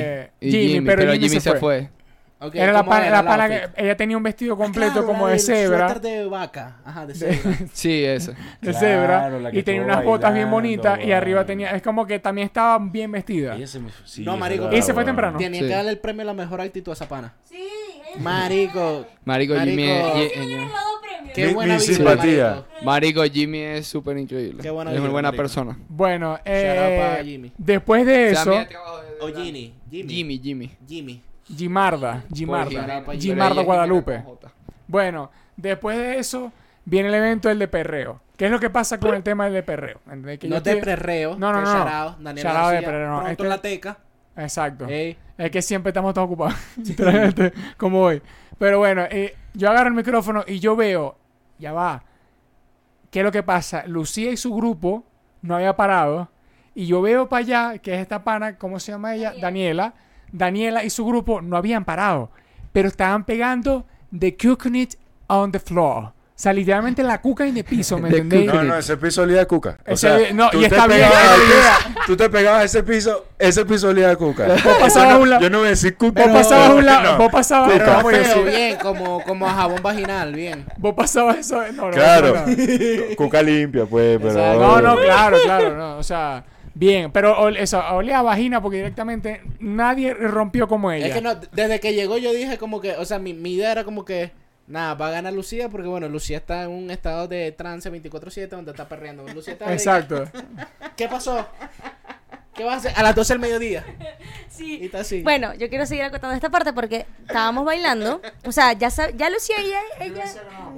[SPEAKER 4] Y Jimmy, pero, Jimmy se, fue.
[SPEAKER 1] Ok,
[SPEAKER 2] Era la
[SPEAKER 1] ¿cómo
[SPEAKER 2] pana, la
[SPEAKER 1] el
[SPEAKER 2] pana
[SPEAKER 1] outfit?
[SPEAKER 2] que- ella tenía un vestido completo
[SPEAKER 1] Claro,
[SPEAKER 2] como
[SPEAKER 1] la
[SPEAKER 2] de
[SPEAKER 1] del
[SPEAKER 2] cebra,
[SPEAKER 1] suéter de vaca. Ajá, de cebra.
[SPEAKER 4] Sí, ese.
[SPEAKER 2] de
[SPEAKER 3] Claro, la
[SPEAKER 2] cebra,
[SPEAKER 3] que
[SPEAKER 2] y tenía
[SPEAKER 3] estuvo
[SPEAKER 2] unas botas bien
[SPEAKER 3] bailando,
[SPEAKER 2] bonitas y arriba
[SPEAKER 3] weón.
[SPEAKER 2] tenía, es como que también estaba bien vestida.
[SPEAKER 3] Ella se me fue- sí,
[SPEAKER 1] No,
[SPEAKER 3] es
[SPEAKER 1] marico,
[SPEAKER 3] verdad,
[SPEAKER 2] Ese fue
[SPEAKER 3] weón.
[SPEAKER 2] temprano.
[SPEAKER 1] Tenía
[SPEAKER 4] Sí.
[SPEAKER 1] que darle el premio a la mejor actitud a esa pana.
[SPEAKER 5] Sí, ellos
[SPEAKER 1] Marico,
[SPEAKER 4] Marico,
[SPEAKER 1] Marico.
[SPEAKER 4] Jimmy
[SPEAKER 1] Sí,
[SPEAKER 4] es... eh,
[SPEAKER 5] sí me dieron los dos premios.
[SPEAKER 1] qué
[SPEAKER 3] Mi-
[SPEAKER 1] buena
[SPEAKER 3] mi
[SPEAKER 1] vibra,
[SPEAKER 3] simpatía.
[SPEAKER 1] marico.
[SPEAKER 4] Marico, Jimmy es súper increíble.
[SPEAKER 1] Qué buena
[SPEAKER 4] es una
[SPEAKER 1] vibra,
[SPEAKER 4] buena
[SPEAKER 1] marico.
[SPEAKER 4] persona.
[SPEAKER 2] Bueno,
[SPEAKER 1] Shout out
[SPEAKER 2] eh,
[SPEAKER 1] a Jimmy.
[SPEAKER 2] después de
[SPEAKER 4] O sea,
[SPEAKER 2] eso,
[SPEAKER 4] mira, trabajo de-
[SPEAKER 1] O Ginny. Jimmy.
[SPEAKER 4] Jimmy, Jimmy.
[SPEAKER 1] Jimmy.
[SPEAKER 2] Gimarda,
[SPEAKER 4] Por Jimena,
[SPEAKER 2] Gimarda,
[SPEAKER 4] pero ella
[SPEAKER 2] Gimarda
[SPEAKER 4] es
[SPEAKER 2] Guadalupe.
[SPEAKER 4] Jimena con J.
[SPEAKER 2] Bueno, después de eso viene el evento del de perreo. ¿Qué es lo que pasa con el tema del de perreo? ¿Entendés? Que
[SPEAKER 1] no
[SPEAKER 2] yo
[SPEAKER 1] te
[SPEAKER 2] estoy-
[SPEAKER 1] prerreo.
[SPEAKER 2] No, no,
[SPEAKER 1] que
[SPEAKER 2] no, no.
[SPEAKER 1] Charao, Daniel
[SPEAKER 2] Charao de
[SPEAKER 1] García,
[SPEAKER 2] prerreo, no.
[SPEAKER 1] Pronto
[SPEAKER 2] Este-
[SPEAKER 1] la teca.
[SPEAKER 2] Exacto.
[SPEAKER 1] Ey,
[SPEAKER 2] Es que siempre estamos todos ocupados, literalmente, como hoy. Pero bueno, eh, yo agarro el micrófono y yo veo, ya va, ¿qué es lo que pasa? Lucía y su grupo no había parado y yo veo para allá, que es esta pana, ¿cómo se llama ella? Daniela. Daniela y su grupo no habían parado, pero estaban pegando The Coconut on the Floor. O sea, literalmente la cuca en el piso, ¿me
[SPEAKER 4] The
[SPEAKER 2] entendéis?
[SPEAKER 3] No, no, ese piso olía a cuca. O
[SPEAKER 2] Ese-
[SPEAKER 3] sea,
[SPEAKER 2] no,
[SPEAKER 3] tú
[SPEAKER 2] y
[SPEAKER 3] te
[SPEAKER 2] está bien,
[SPEAKER 3] pegabas
[SPEAKER 2] está
[SPEAKER 3] al
[SPEAKER 2] bien.
[SPEAKER 3] piso, Tú te pegabas a ese piso, ese piso olía a cuca.
[SPEAKER 2] pasabas
[SPEAKER 3] Yo no-
[SPEAKER 2] un lado-
[SPEAKER 3] Yo no voy a decir cuca.
[SPEAKER 2] Vos pasabas un lado,
[SPEAKER 3] no.
[SPEAKER 2] vos pasabas,
[SPEAKER 1] Pero
[SPEAKER 2] no,
[SPEAKER 1] no
[SPEAKER 2] voy a
[SPEAKER 1] feo,
[SPEAKER 2] decir-
[SPEAKER 1] bien, como, como a jabón vaginal, bien.
[SPEAKER 2] vos pasabas eso, no, no, no,
[SPEAKER 3] Claro.
[SPEAKER 2] no.
[SPEAKER 3] Cu- cuca limpia, pues, pero...
[SPEAKER 1] Exacto.
[SPEAKER 2] No, no, claro, claro, no, o sea, bien, pero ol- eso, olía a vagina porque directamente nadie rompió como ella.
[SPEAKER 1] Es que no, desde que llegó yo dije como que, o sea, mi, mi idea era como que, nada, va a ganar Lucía porque, bueno, Lucía está en un estado de trance 24-7 donde está perreando. Lucía está
[SPEAKER 2] Exacto.
[SPEAKER 1] ¿Qué pasó? ¿Qué vas a hacer? A las 12 del mediodía. Y
[SPEAKER 5] Sí.
[SPEAKER 1] está así.
[SPEAKER 5] Bueno, yo quiero seguir contando esta parte porque estábamos bailando. O sea, ya, sab- ya Lucía, ella, ella,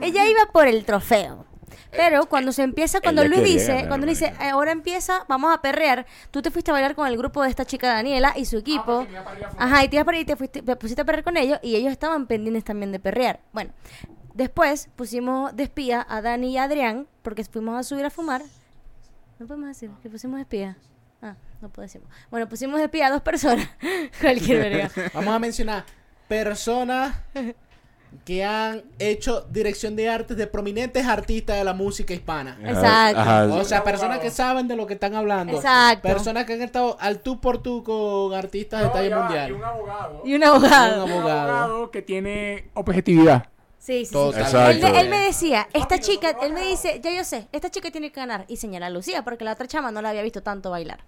[SPEAKER 5] ella iba por el trofeo. Pero cuando se empieza, cuando
[SPEAKER 3] Ella
[SPEAKER 5] Luis
[SPEAKER 3] quería
[SPEAKER 5] dice,
[SPEAKER 3] ganar,
[SPEAKER 5] cuando Luis dice, "Eh, ahora empieza, vamos a perrear, tú te fuiste a bailar con el grupo de esta chica Daniela y su equipo. Ajá, y te ibas para ahí y te, fuiste, te pusiste a perrear con ellos y ellos estaban pendientes también de perrear. Bueno, después pusimos de espía a Dani y a Adrián porque fuimos a subir a fumar. No podemos decir que pusimos de espía. Ah, no podemos decir. Bueno, pusimos de espía a dos personas. Cualquier verga.
[SPEAKER 1] Vamos a mencionar personas que han hecho dirección de artes de prominentes artistas de la música hispana.
[SPEAKER 5] Exacto.
[SPEAKER 1] O sea, personas que saben de lo que están hablando.
[SPEAKER 5] Exacto.
[SPEAKER 1] Personas que han estado al tú por tú con artistas de talla mundial.
[SPEAKER 2] un abogado.
[SPEAKER 5] Y un abogado.
[SPEAKER 1] Un
[SPEAKER 2] Un
[SPEAKER 1] abogado.
[SPEAKER 2] abogado que tiene objetividad.
[SPEAKER 5] Sí, sí, sí.
[SPEAKER 1] Total.
[SPEAKER 5] Él,
[SPEAKER 3] Exacto.
[SPEAKER 5] me- él me decía, esta chica, él me dice, ya yo sé, esta chica tiene que ganar. Y señala a Lucía, porque la otra chama no la había visto tanto bailar.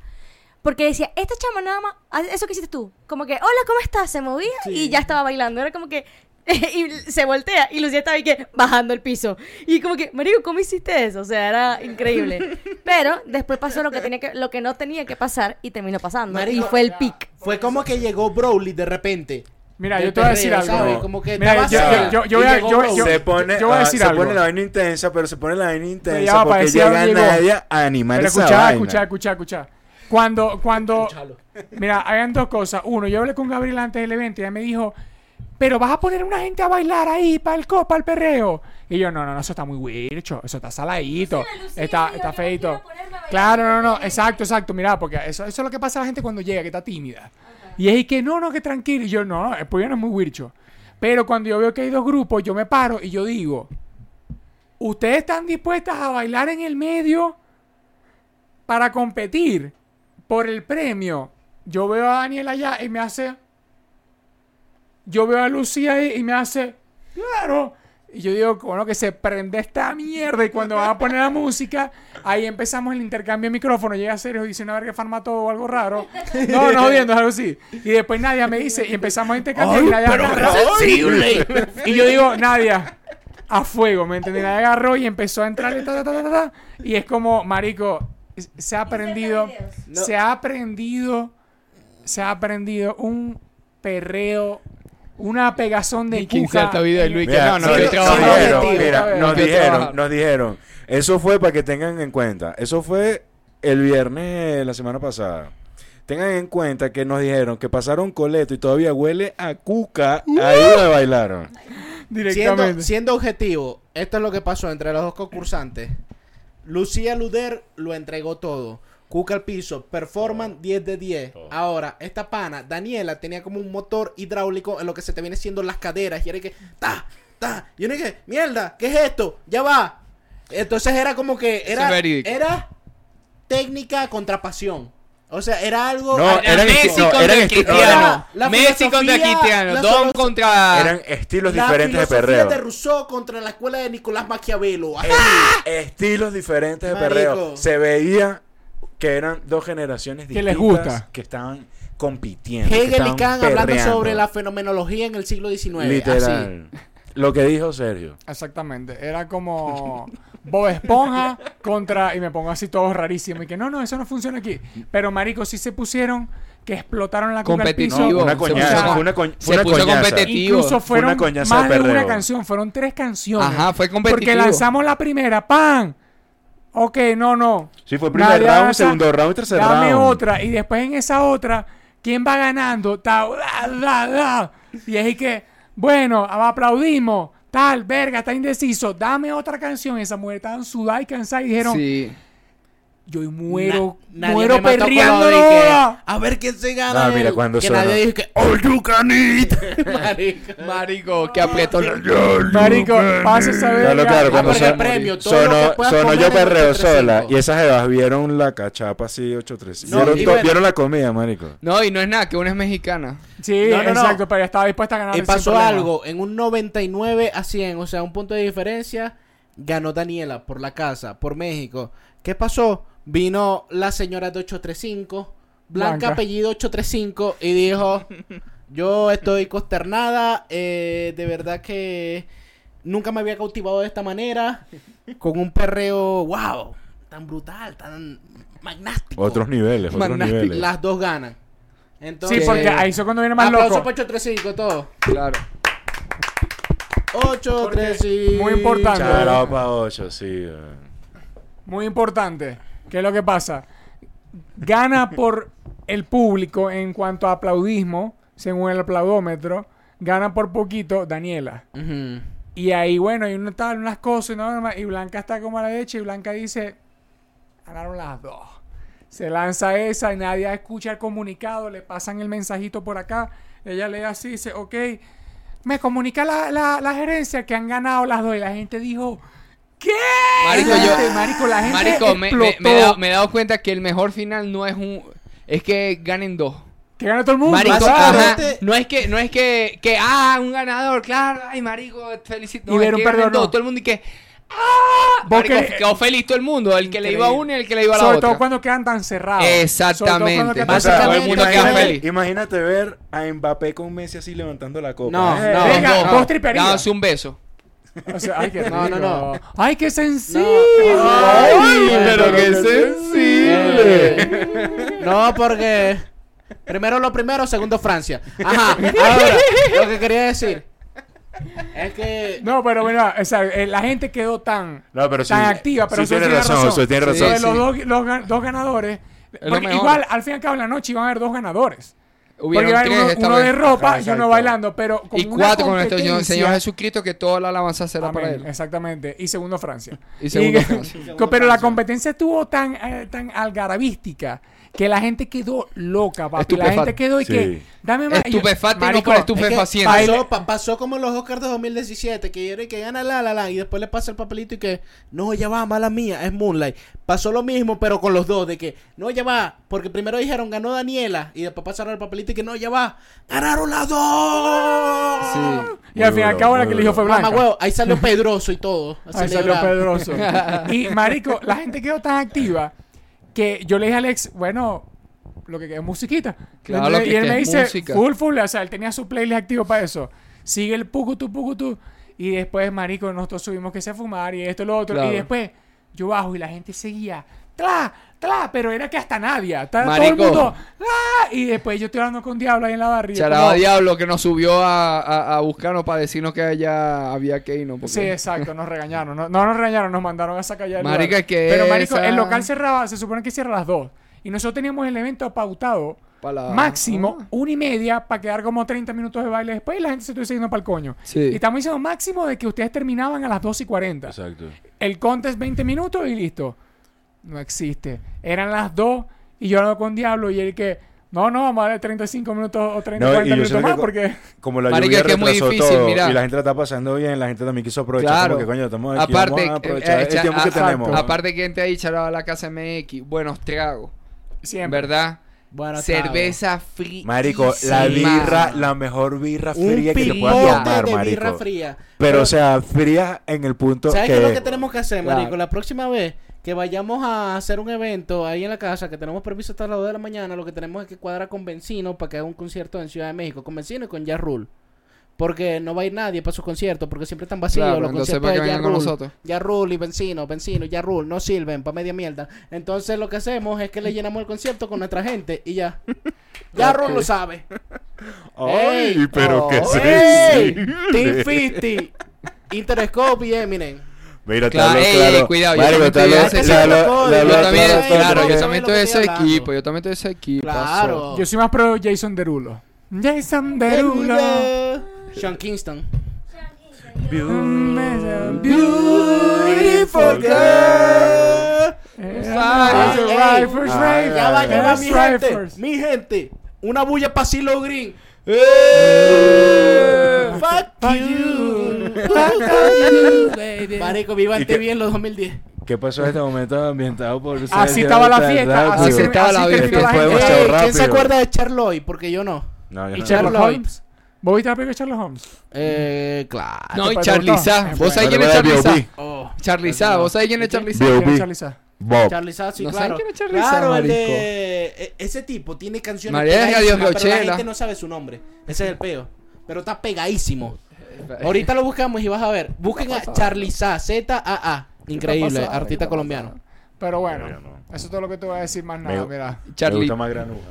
[SPEAKER 5] Porque decía, esta chama nada más, haz eso que hiciste tú, como que, hola, ¿cómo estás? Se movía y ya estaba bailando. Era como que, y se voltea y Lucía estaba ahí que, bajando el piso. Y como que, Marico, ¿cómo hiciste eso? O sea, era increíble. Pero después pasó lo que, tenía que, lo que no tenía que pasar y terminó pasando. y
[SPEAKER 1] Marico,
[SPEAKER 5] fue el pic.
[SPEAKER 1] Fue como que llegó Broly de repente.
[SPEAKER 2] Mira,
[SPEAKER 1] Del
[SPEAKER 2] yo te voy a decir
[SPEAKER 1] perreo,
[SPEAKER 2] algo.
[SPEAKER 1] ¿sabes? Como que
[SPEAKER 2] Mira,
[SPEAKER 1] estaba
[SPEAKER 2] yo,
[SPEAKER 1] sola
[SPEAKER 2] yo- yo- yo
[SPEAKER 1] y
[SPEAKER 2] voy a,
[SPEAKER 1] llegó
[SPEAKER 2] yo,
[SPEAKER 1] Brown.
[SPEAKER 2] yo-
[SPEAKER 3] se pone,
[SPEAKER 2] yo voy a
[SPEAKER 3] ah,
[SPEAKER 2] decir
[SPEAKER 3] se
[SPEAKER 2] algo.
[SPEAKER 3] pone la vaina intensa, pero se pone la vaina
[SPEAKER 2] Ya va,
[SPEAKER 3] intensa porque
[SPEAKER 2] parecía
[SPEAKER 3] llega
[SPEAKER 2] Diego.
[SPEAKER 3] nadie a animar
[SPEAKER 2] Pero
[SPEAKER 3] esa
[SPEAKER 2] escucha,
[SPEAKER 3] vaina.
[SPEAKER 2] escucha, escucha, escucha. Cuando, cuando, mira, hayan dos cosas. Uno, yo hablé con Gabriel antes del evento y ella me dijo, pero vas a poner una gente a bailar ahí para el copa, el perreo. Y yo, no, no, no, eso está muy huircho, eso está saladito,
[SPEAKER 5] Lucía, Lucía,
[SPEAKER 2] está,
[SPEAKER 5] yo
[SPEAKER 2] está
[SPEAKER 5] no quiero
[SPEAKER 2] feito.
[SPEAKER 5] ponerme a bailar
[SPEAKER 2] Claro, no,
[SPEAKER 5] con
[SPEAKER 2] no,
[SPEAKER 5] gente.
[SPEAKER 2] exacto, exacto, mira, porque eso, eso es lo que pasa a la gente cuando llega, que está tímida. Y es y que no, no, que tranquilo. Y yo, no, no, el pollo no es muy huircho. Pero cuando yo veo que hay dos grupos, yo me paro y yo digo, ¿Ustedes están dispuestas a bailar en el medio para competir por el premio? Yo veo a Daniel allá y me hace. Yo veo a Lucía ahí y me hace. ¡Claro! Y yo digo, bueno, que se prende esta mierda. Y cuando van a poner la música, ahí empezamos el intercambio de micrófono. Llega Sergio y dice una verga farmato o algo raro. No, no jodiendo, es algo así. Y después Nadia me dice, y empezamos a intercambiar. y Nadia agarra- y yo digo, Nadia, a fuego, ¿me entendés? Nadia agarró y empezó a entrar y, ta, ta, ta, ta, ta. y es como, marico, se ha aprendido,
[SPEAKER 5] videos.
[SPEAKER 1] No.
[SPEAKER 2] se ha aprendido, se ha aprendido un perreo, una pegazón de
[SPEAKER 4] Y que
[SPEAKER 2] cuca.
[SPEAKER 4] inserta video de Luis.
[SPEAKER 3] Mira,
[SPEAKER 4] No, no,
[SPEAKER 3] nos-
[SPEAKER 4] estoy
[SPEAKER 3] nos
[SPEAKER 4] trabajando.
[SPEAKER 3] dijeron,
[SPEAKER 1] Objetivo,
[SPEAKER 3] mira,
[SPEAKER 2] está bien.
[SPEAKER 3] nos
[SPEAKER 4] Estoy
[SPEAKER 3] dijeron,
[SPEAKER 4] trabajando.
[SPEAKER 3] nos dijeron. Eso fue para que tengan en cuenta. Eso fue el viernes de la semana pasada. Tengan en cuenta que nos dijeron que pasaron coleto y todavía huele a cuca ahí donde bailaron.
[SPEAKER 1] Siendo,
[SPEAKER 2] Directamente.
[SPEAKER 1] siendo objetivo, esto es lo que pasó entre los dos concursantes. Lucía Luder lo entregó todo. Cuca al piso, performance 10 de 10. Ahora, esta pana, Daniela, tenía como un motor hidráulico en lo que se te viene siendo las caderas. Y era que, ta, ta. Y uno que, mierda, ¿qué es esto? Ya va. Entonces era como que,
[SPEAKER 4] es
[SPEAKER 1] era,
[SPEAKER 4] verídico.
[SPEAKER 1] era técnica contra pasión. O sea, era algo.
[SPEAKER 3] No,
[SPEAKER 1] artístico.
[SPEAKER 3] eran
[SPEAKER 4] Messi
[SPEAKER 3] estilos-
[SPEAKER 4] contra
[SPEAKER 3] eran
[SPEAKER 4] el
[SPEAKER 3] estilos-
[SPEAKER 1] no,
[SPEAKER 4] Cristiano.
[SPEAKER 1] no, la
[SPEAKER 4] Messi contra el
[SPEAKER 1] filosofía-
[SPEAKER 4] Cristiano.
[SPEAKER 1] la
[SPEAKER 4] Don
[SPEAKER 1] filoso-
[SPEAKER 4] contra.
[SPEAKER 3] Eran estilos
[SPEAKER 1] Ah, La
[SPEAKER 3] diferentes de
[SPEAKER 1] filosofía
[SPEAKER 3] perreo.
[SPEAKER 1] de Rousseau contra la escuela de Nicolás Maquiavelo.
[SPEAKER 3] Eh, Estilos diferentes de
[SPEAKER 1] ¡Ah! Marico.
[SPEAKER 3] perreo. Se veía que eran dos generaciones
[SPEAKER 2] Que
[SPEAKER 3] distintas
[SPEAKER 2] les gusta.
[SPEAKER 3] que estaban compitiendo. que
[SPEAKER 1] Hegel y
[SPEAKER 3] estaban
[SPEAKER 1] Kant hablando
[SPEAKER 3] perreando.
[SPEAKER 1] sobre la fenomenología en el siglo XIX. así.
[SPEAKER 3] Literal. Lo que dijo Sergio.
[SPEAKER 2] Exactamente. Era como Bob Esponja contra. Y me pongo así todos rarísimos. Y que no, no, eso no funciona aquí. Pero, marico, sí se pusieron que explotaron la cuca al
[SPEAKER 4] Competitivo.
[SPEAKER 2] piso.
[SPEAKER 4] No,
[SPEAKER 3] una
[SPEAKER 4] se
[SPEAKER 3] coñaza.
[SPEAKER 4] puso-
[SPEAKER 3] fue una coñ-
[SPEAKER 4] se
[SPEAKER 3] fue una
[SPEAKER 4] puso
[SPEAKER 3] coñaza.
[SPEAKER 4] competitivo.
[SPEAKER 2] Incluso
[SPEAKER 3] Fue una
[SPEAKER 2] fueron
[SPEAKER 3] coñaza
[SPEAKER 2] más
[SPEAKER 3] de
[SPEAKER 2] de una
[SPEAKER 3] perreo.
[SPEAKER 2] canción, fueron tres canciones.
[SPEAKER 4] Ajá, fue competitivo.
[SPEAKER 2] Porque lanzamos la primera, ¡pam! Ok, no, no.
[SPEAKER 3] Sí, fue primer
[SPEAKER 2] Nadie
[SPEAKER 3] round,
[SPEAKER 2] lanza,
[SPEAKER 3] segundo round, tercer
[SPEAKER 2] Dame
[SPEAKER 3] round.
[SPEAKER 2] otra. Y después en esa otra, ¿quién va ganando? Ta, da, da, da. Y es que, bueno, aplaudimos. Tal, verga, está indeciso. Dame otra canción. Esa mujer estaban sudada y cansada y dijeron,
[SPEAKER 4] Sí.
[SPEAKER 2] yo muero,
[SPEAKER 1] Na- nadie
[SPEAKER 2] muero
[SPEAKER 1] me mató con
[SPEAKER 2] perreando.
[SPEAKER 1] lo de que,
[SPEAKER 2] ahora".
[SPEAKER 1] A ver quién se gana.
[SPEAKER 3] No, Ah, mira,
[SPEAKER 1] el-
[SPEAKER 3] cuando
[SPEAKER 1] que
[SPEAKER 3] sonó.
[SPEAKER 1] nadie dijo que. ¡Oh, you can eat! Marico.
[SPEAKER 4] Marico, que apretó.
[SPEAKER 2] Marico, pasa esa verga.
[SPEAKER 3] Claro, claro, cuando
[SPEAKER 1] Ah, porque
[SPEAKER 3] son-
[SPEAKER 1] el premio, todo lo
[SPEAKER 3] sonó,
[SPEAKER 1] que puedas
[SPEAKER 3] sonó
[SPEAKER 1] comer
[SPEAKER 3] yo
[SPEAKER 1] en
[SPEAKER 3] perreo
[SPEAKER 1] 835.
[SPEAKER 3] sola y esas evas vieron la cachapa así 8-3.
[SPEAKER 1] No,
[SPEAKER 3] vieron,
[SPEAKER 1] y
[SPEAKER 3] to-
[SPEAKER 1] bueno.
[SPEAKER 3] vieron la comida, marico.
[SPEAKER 4] No, y no es nada, que una es mexicana.
[SPEAKER 2] Sí,
[SPEAKER 1] No, no, no.
[SPEAKER 2] exacto, pero estaba dispuesta a ganar.
[SPEAKER 1] Y
[SPEAKER 2] Ah, sin
[SPEAKER 1] pasó
[SPEAKER 2] problema.
[SPEAKER 1] algo. En un 99 a 100, o sea, un punto de diferencia, ganó Daniela por la casa, por México. ¿Qué pasó? Vino la señora de 835, Blanca,
[SPEAKER 2] Blanca.
[SPEAKER 1] apellido 835, y dijo: Yo estoy consternada, eh, de verdad que nunca me había cautivado de esta manera, con un perreo, wow, tan brutal, tan magnástico.
[SPEAKER 3] Otros niveles, otros
[SPEAKER 4] Magnático.
[SPEAKER 3] niveles.
[SPEAKER 1] Las dos ganan.
[SPEAKER 2] Sí,
[SPEAKER 1] Entonces,
[SPEAKER 2] porque ahí eso cuando viene más
[SPEAKER 1] aplauso
[SPEAKER 2] loco.
[SPEAKER 1] para 835, todo.
[SPEAKER 4] Claro.
[SPEAKER 1] 8,
[SPEAKER 2] Porque
[SPEAKER 1] 3 y...
[SPEAKER 2] muy importante.
[SPEAKER 3] Charapa 8, sí. eh.
[SPEAKER 2] Muy importante. ¿Qué es lo que pasa? Gana por el público en cuanto a aplaudismo, según el aplaudómetro. Gana por poquito Daniela.
[SPEAKER 1] Ujú.
[SPEAKER 2] Y ahí, bueno, hay una tal, unas cosas y no, no, no, Y Blanca está como a la derecha y Blanca dice: ganaron las dos. Se lanza esa y nadie escucha el comunicado. Le pasan el mensajito por acá. Ella lee así y dice: Ok, me comunica la, la, la gerencia que han ganado las dos. Y la gente dijo: ¿Qué?
[SPEAKER 4] Marico,
[SPEAKER 2] La
[SPEAKER 4] yo-
[SPEAKER 2] gente, marico, la gente
[SPEAKER 4] Marico, me, me-
[SPEAKER 2] explotó.
[SPEAKER 4] me he dado- me he dado cuenta que el mejor final no es un. Es que ganen dos.
[SPEAKER 2] Que gana todo el mundo.
[SPEAKER 4] Marico,
[SPEAKER 2] claro.
[SPEAKER 4] ajá,
[SPEAKER 1] Básicamente-
[SPEAKER 4] no es que, no es que, que, ah, un ganador, claro, ay, marico, felicito.
[SPEAKER 2] Y
[SPEAKER 4] No,
[SPEAKER 2] ver
[SPEAKER 4] es
[SPEAKER 2] un
[SPEAKER 4] que
[SPEAKER 2] perdedor,
[SPEAKER 4] ganen dos,
[SPEAKER 2] no.
[SPEAKER 4] todo el mundo y que, ah,
[SPEAKER 2] Vos
[SPEAKER 4] marico,
[SPEAKER 2] que-
[SPEAKER 4] quedó feliz todo el mundo, el que le iba a
[SPEAKER 2] Increíble.
[SPEAKER 4] uno y el que le iba a la
[SPEAKER 2] Sobre
[SPEAKER 4] otra.
[SPEAKER 2] todo cuando quedan tan cerrados. Sobre todo cuando
[SPEAKER 4] Exactamente.
[SPEAKER 2] quedan
[SPEAKER 3] O
[SPEAKER 2] tan
[SPEAKER 3] sea,
[SPEAKER 1] Básicamente,
[SPEAKER 2] cerrados.
[SPEAKER 1] todo el mundo queda
[SPEAKER 3] imagínate,
[SPEAKER 4] feliz.
[SPEAKER 3] imagínate ver a Mbappé con Messi así levantando la copa.
[SPEAKER 1] No,
[SPEAKER 3] Eh,
[SPEAKER 1] no.
[SPEAKER 3] venga.
[SPEAKER 2] venga,
[SPEAKER 4] no,
[SPEAKER 2] vos triperías.
[SPEAKER 4] dándose un beso.
[SPEAKER 2] O sea, ay, qué
[SPEAKER 1] No, no, no.
[SPEAKER 2] rico. Ay, qué sencillo.
[SPEAKER 1] No.
[SPEAKER 3] Ay,
[SPEAKER 1] pero
[SPEAKER 3] pero
[SPEAKER 1] qué
[SPEAKER 3] qué sensible.
[SPEAKER 1] No, porque... Primero lo primero, segundo Francia. Ajá, ahora, lo que quería decir es que...
[SPEAKER 2] No, pero bueno, o sea, eh, la gente quedó tan,
[SPEAKER 3] No, pero sí,
[SPEAKER 2] tan activa, pero
[SPEAKER 3] sí
[SPEAKER 2] Josué
[SPEAKER 3] tiene
[SPEAKER 2] tiene
[SPEAKER 3] razón,
[SPEAKER 2] razón.
[SPEAKER 3] Josué tiene
[SPEAKER 2] Lo
[SPEAKER 4] razón.
[SPEAKER 2] de
[SPEAKER 4] Sí,
[SPEAKER 2] los
[SPEAKER 4] sí.
[SPEAKER 2] dos, los ga- dos ganadores.
[SPEAKER 4] Es lo
[SPEAKER 2] porque
[SPEAKER 4] mejor.
[SPEAKER 2] igual, al fin y al cabo, en la noche iban a haber dos ganadores. porque
[SPEAKER 4] Hubieron
[SPEAKER 2] iba a
[SPEAKER 4] tres
[SPEAKER 2] haber uno,
[SPEAKER 4] esta
[SPEAKER 2] uno
[SPEAKER 4] vez.
[SPEAKER 2] de ropa
[SPEAKER 3] Ajá,
[SPEAKER 2] y uno
[SPEAKER 3] exacto.
[SPEAKER 2] bailando, pero como
[SPEAKER 4] y
[SPEAKER 2] una
[SPEAKER 4] cuatro con nuestro Señor,
[SPEAKER 2] competencia-
[SPEAKER 4] Señor Jesucristo, que toda la alabanza será para
[SPEAKER 2] Amén,
[SPEAKER 4] él.
[SPEAKER 2] exactamente. Y segundo Francia.
[SPEAKER 4] Y segundo
[SPEAKER 2] que-
[SPEAKER 4] Francia.
[SPEAKER 2] que- pero la competencia estuvo tan, eh, tan algarabística que la gente quedó loca, papi. La
[SPEAKER 4] Estupefacta.
[SPEAKER 2] gente quedó y
[SPEAKER 3] Sí.
[SPEAKER 2] que... Dame más. Y yo,
[SPEAKER 4] Estupefacta y no
[SPEAKER 2] marico,
[SPEAKER 4] con estupe-
[SPEAKER 1] es que
[SPEAKER 4] Estupefaciente.
[SPEAKER 1] pasó, pa- pasó como en los Oscars de 2017, que era y que gana la la la y después le pasa el papelito y que no, ya va, mala mía, es Moonlight. Pasó lo mismo, pero con los dos, de que no, ya va, porque primero dijeron ganó Daniela y después pasaron el papelito y que no, ya va, ganaron las dos.
[SPEAKER 4] Sí.
[SPEAKER 2] Y al fin y al
[SPEAKER 3] Muy
[SPEAKER 2] cabo
[SPEAKER 3] duro,
[SPEAKER 2] la que
[SPEAKER 3] muy
[SPEAKER 2] eligió
[SPEAKER 3] duro.
[SPEAKER 4] Ah,
[SPEAKER 2] fue Blanca. Ah,
[SPEAKER 1] Mamá huevo, ahí salió Pedroso y todo. a
[SPEAKER 2] Ahí salió
[SPEAKER 1] celebrar.
[SPEAKER 2] Pedroso. y marico, la gente quedó tan activa que yo le dije a Alex, bueno, lo que queda es musiquita.
[SPEAKER 4] Claro,
[SPEAKER 2] Entonces,
[SPEAKER 4] lo que
[SPEAKER 2] y él
[SPEAKER 4] queda
[SPEAKER 2] me
[SPEAKER 4] es
[SPEAKER 2] dice,
[SPEAKER 4] música.
[SPEAKER 2] full, full, o sea, él tenía su playlist activo para eso. Sigue el pucutu, pucutu. Y después, marico, nosotros subimos que sea fumar y esto, lo otro.
[SPEAKER 4] Claro.
[SPEAKER 2] Y después, yo bajo y la gente seguía, tra, tra, pero era que hasta nadie. Estaba
[SPEAKER 4] Marico.
[SPEAKER 2] todo el mundo, "Ah", Y después yo estoy hablando con Diablo ahí en la barriga.
[SPEAKER 4] Charaba
[SPEAKER 2] como-
[SPEAKER 4] Diablo que nos subió a, a, a buscarnos para decirnos que allá había que irnos.
[SPEAKER 2] Sí,
[SPEAKER 4] Porque...
[SPEAKER 2] exacto, nos regañaron. No, no nos regañaron, nos mandaron a sacar ya el
[SPEAKER 4] Marica,
[SPEAKER 2] lugar.
[SPEAKER 4] que
[SPEAKER 2] Pero, marico,
[SPEAKER 4] esa-
[SPEAKER 2] el local cerraba, se supone que cierra a las 2. Y nosotros teníamos el evento pautado
[SPEAKER 4] Pa' la-
[SPEAKER 2] máximo
[SPEAKER 4] Ah.
[SPEAKER 2] una y media para quedar como 30 minutos de baile después y la gente se estuvo siguiendo para el coño.
[SPEAKER 4] Sí.
[SPEAKER 2] Y estamos diciendo máximo de que ustedes terminaban a las 2 y 40.
[SPEAKER 3] Exacto.
[SPEAKER 2] El contest 20 minutos y listo. No existe. Eran las 2 y yo hablando con Diablo y él que, no, no, vamos a darle 35 minutos o 30,
[SPEAKER 3] No, y
[SPEAKER 2] 40
[SPEAKER 3] yo
[SPEAKER 2] minutos
[SPEAKER 3] siento
[SPEAKER 2] más
[SPEAKER 3] que-
[SPEAKER 2] porque...
[SPEAKER 3] Como la
[SPEAKER 4] Marica,
[SPEAKER 3] lluvia
[SPEAKER 4] es que es muy
[SPEAKER 3] retrasó
[SPEAKER 4] difícil,
[SPEAKER 3] todo
[SPEAKER 4] mira.
[SPEAKER 3] y la gente la está pasando bien, la gente también quiso aprovechar
[SPEAKER 4] Claro.
[SPEAKER 3] como que coño, estamos aquí,
[SPEAKER 4] Aparte,
[SPEAKER 3] vamos a
[SPEAKER 4] eh,
[SPEAKER 3] aprovechar
[SPEAKER 4] eh,
[SPEAKER 3] el tiempo que
[SPEAKER 4] exacto.
[SPEAKER 3] tenemos.
[SPEAKER 4] Aparte que entré ahí, charaba la casa MX, buenos tragos.
[SPEAKER 2] Siempre.
[SPEAKER 4] ¿verdad?
[SPEAKER 1] Buena
[SPEAKER 4] Cerveza fría.
[SPEAKER 3] Marico, la birra, la mejor birra fría
[SPEAKER 1] Un
[SPEAKER 3] que te puedas
[SPEAKER 1] pipote
[SPEAKER 3] tomar,
[SPEAKER 1] de
[SPEAKER 3] marico.
[SPEAKER 1] birra fría.
[SPEAKER 3] Pero, o sea, fría en el punto
[SPEAKER 1] ¿Sabes
[SPEAKER 3] que...
[SPEAKER 1] qué es lo que tenemos que hacer,
[SPEAKER 2] Claro.
[SPEAKER 1] marico? La próxima vez que vayamos a hacer un evento ahí en la casa, que tenemos permiso hasta las 2 de la mañana, lo que tenemos es que cuadrar con Vencino para que haga un concierto en Ciudad de México. Con Vencino y con Ja Rule. Porque no va a ir nadie para sus conciertos, porque siempre están vacíos
[SPEAKER 4] Claro,
[SPEAKER 1] los
[SPEAKER 4] entonces
[SPEAKER 1] conciertos
[SPEAKER 4] para
[SPEAKER 1] de
[SPEAKER 4] que
[SPEAKER 1] Ja
[SPEAKER 4] vengan con
[SPEAKER 1] Rule.
[SPEAKER 4] nosotros.
[SPEAKER 1] Ja Rule y Vencino, Vencino, y Ja Rule, no sirven para media mierda. Entonces lo que hacemos es que le llenamos el concierto con nuestra gente y ya. Ja Rule lo sabe.
[SPEAKER 3] Ay,
[SPEAKER 1] ¡Ey!
[SPEAKER 3] pero qué
[SPEAKER 1] ¡Ey! Team
[SPEAKER 3] sensible.
[SPEAKER 1] 50, Interscope y Eminem.
[SPEAKER 3] Mira, te
[SPEAKER 4] Claro,
[SPEAKER 3] hablo
[SPEAKER 4] ey,
[SPEAKER 3] claro.
[SPEAKER 4] ey, cuidado, yo
[SPEAKER 3] Marico, te
[SPEAKER 4] también te
[SPEAKER 3] hablo-
[SPEAKER 4] voy a hacer
[SPEAKER 3] te hablo- te
[SPEAKER 1] Yo
[SPEAKER 3] hablo
[SPEAKER 4] Yo
[SPEAKER 1] Claro,
[SPEAKER 4] también,
[SPEAKER 1] claro,
[SPEAKER 3] claro,
[SPEAKER 4] claro,
[SPEAKER 1] claro,
[SPEAKER 4] yo
[SPEAKER 1] es
[SPEAKER 3] claro.
[SPEAKER 4] también
[SPEAKER 1] lo que
[SPEAKER 4] estoy de ese
[SPEAKER 1] estoy hablando.
[SPEAKER 4] equipo, yo también estoy de ese equipo.
[SPEAKER 1] Claro.
[SPEAKER 2] Yo soy más pro Jason Derulo. Jason Derulo.
[SPEAKER 1] Sean Kingston.
[SPEAKER 3] Beautiful
[SPEAKER 1] girl.
[SPEAKER 2] Ah,
[SPEAKER 1] Ey,
[SPEAKER 2] Rifles,
[SPEAKER 3] ah,
[SPEAKER 2] Rifles,
[SPEAKER 1] Ya va, ya va, mi
[SPEAKER 2] Rifles.
[SPEAKER 1] gente. Mi gente. Una bulla para Silo Green. Eh. Fuck you. Marico,
[SPEAKER 3] ¿Y
[SPEAKER 1] vivante
[SPEAKER 3] qué?
[SPEAKER 1] bien los 2010.
[SPEAKER 3] ¿Qué pasó en este momento ambientado por
[SPEAKER 2] Así estaba la fiesta.
[SPEAKER 4] rápido.
[SPEAKER 2] Así,
[SPEAKER 4] Así estaba la
[SPEAKER 2] así
[SPEAKER 4] fiesta,
[SPEAKER 2] terminó la
[SPEAKER 3] fue
[SPEAKER 2] gente.
[SPEAKER 3] demasiado
[SPEAKER 1] Ey, ¿Quién
[SPEAKER 3] rápido.
[SPEAKER 1] se acuerda de Charloy? Porque yo no.
[SPEAKER 3] No, yo
[SPEAKER 1] Y
[SPEAKER 3] no.
[SPEAKER 1] Charlie
[SPEAKER 2] Sherlock
[SPEAKER 1] Lloyd.
[SPEAKER 2] Holmes. ¿Vos viste la película de Sherlock Holmes?
[SPEAKER 1] Eh, claro.
[SPEAKER 4] No, y
[SPEAKER 2] ¿Te
[SPEAKER 4] Charliza.
[SPEAKER 2] gustó?
[SPEAKER 4] ¿Vos sabés
[SPEAKER 3] Pero
[SPEAKER 4] quién es
[SPEAKER 3] era B.O.B.
[SPEAKER 4] Charliza?
[SPEAKER 1] Oh.
[SPEAKER 4] Charliza, ¿vos sabés quién es Charliza?
[SPEAKER 3] B.O.B.
[SPEAKER 2] ¿Quién es Charlize?
[SPEAKER 3] Bob.
[SPEAKER 1] Charlie Sá, sí,
[SPEAKER 4] No saben
[SPEAKER 1] claro.
[SPEAKER 4] quién es Charlie Sá,
[SPEAKER 1] claro, el
[SPEAKER 4] marico.
[SPEAKER 1] de- e- ese tipo tiene canciones
[SPEAKER 4] María de
[SPEAKER 1] pegadísimas,
[SPEAKER 4] Dios
[SPEAKER 1] pero la
[SPEAKER 4] Rochela.
[SPEAKER 1] gente no sabe su nombre. Ese es el peo. Pero está pegadísimo.
[SPEAKER 4] Eh.
[SPEAKER 1] Ahorita lo buscamos y vas a ver. Busquen a Charlie Sá, Z-A-A. Increíble,
[SPEAKER 2] pasando? ¿Qué
[SPEAKER 1] artista
[SPEAKER 2] está
[SPEAKER 1] colombiano.
[SPEAKER 2] Pero bueno,
[SPEAKER 3] Pero no.
[SPEAKER 2] eso es todo lo que te voy a decir más nada,
[SPEAKER 3] Me-
[SPEAKER 2] mira.
[SPEAKER 3] Me
[SPEAKER 4] Charlie.
[SPEAKER 3] gusta más granuja.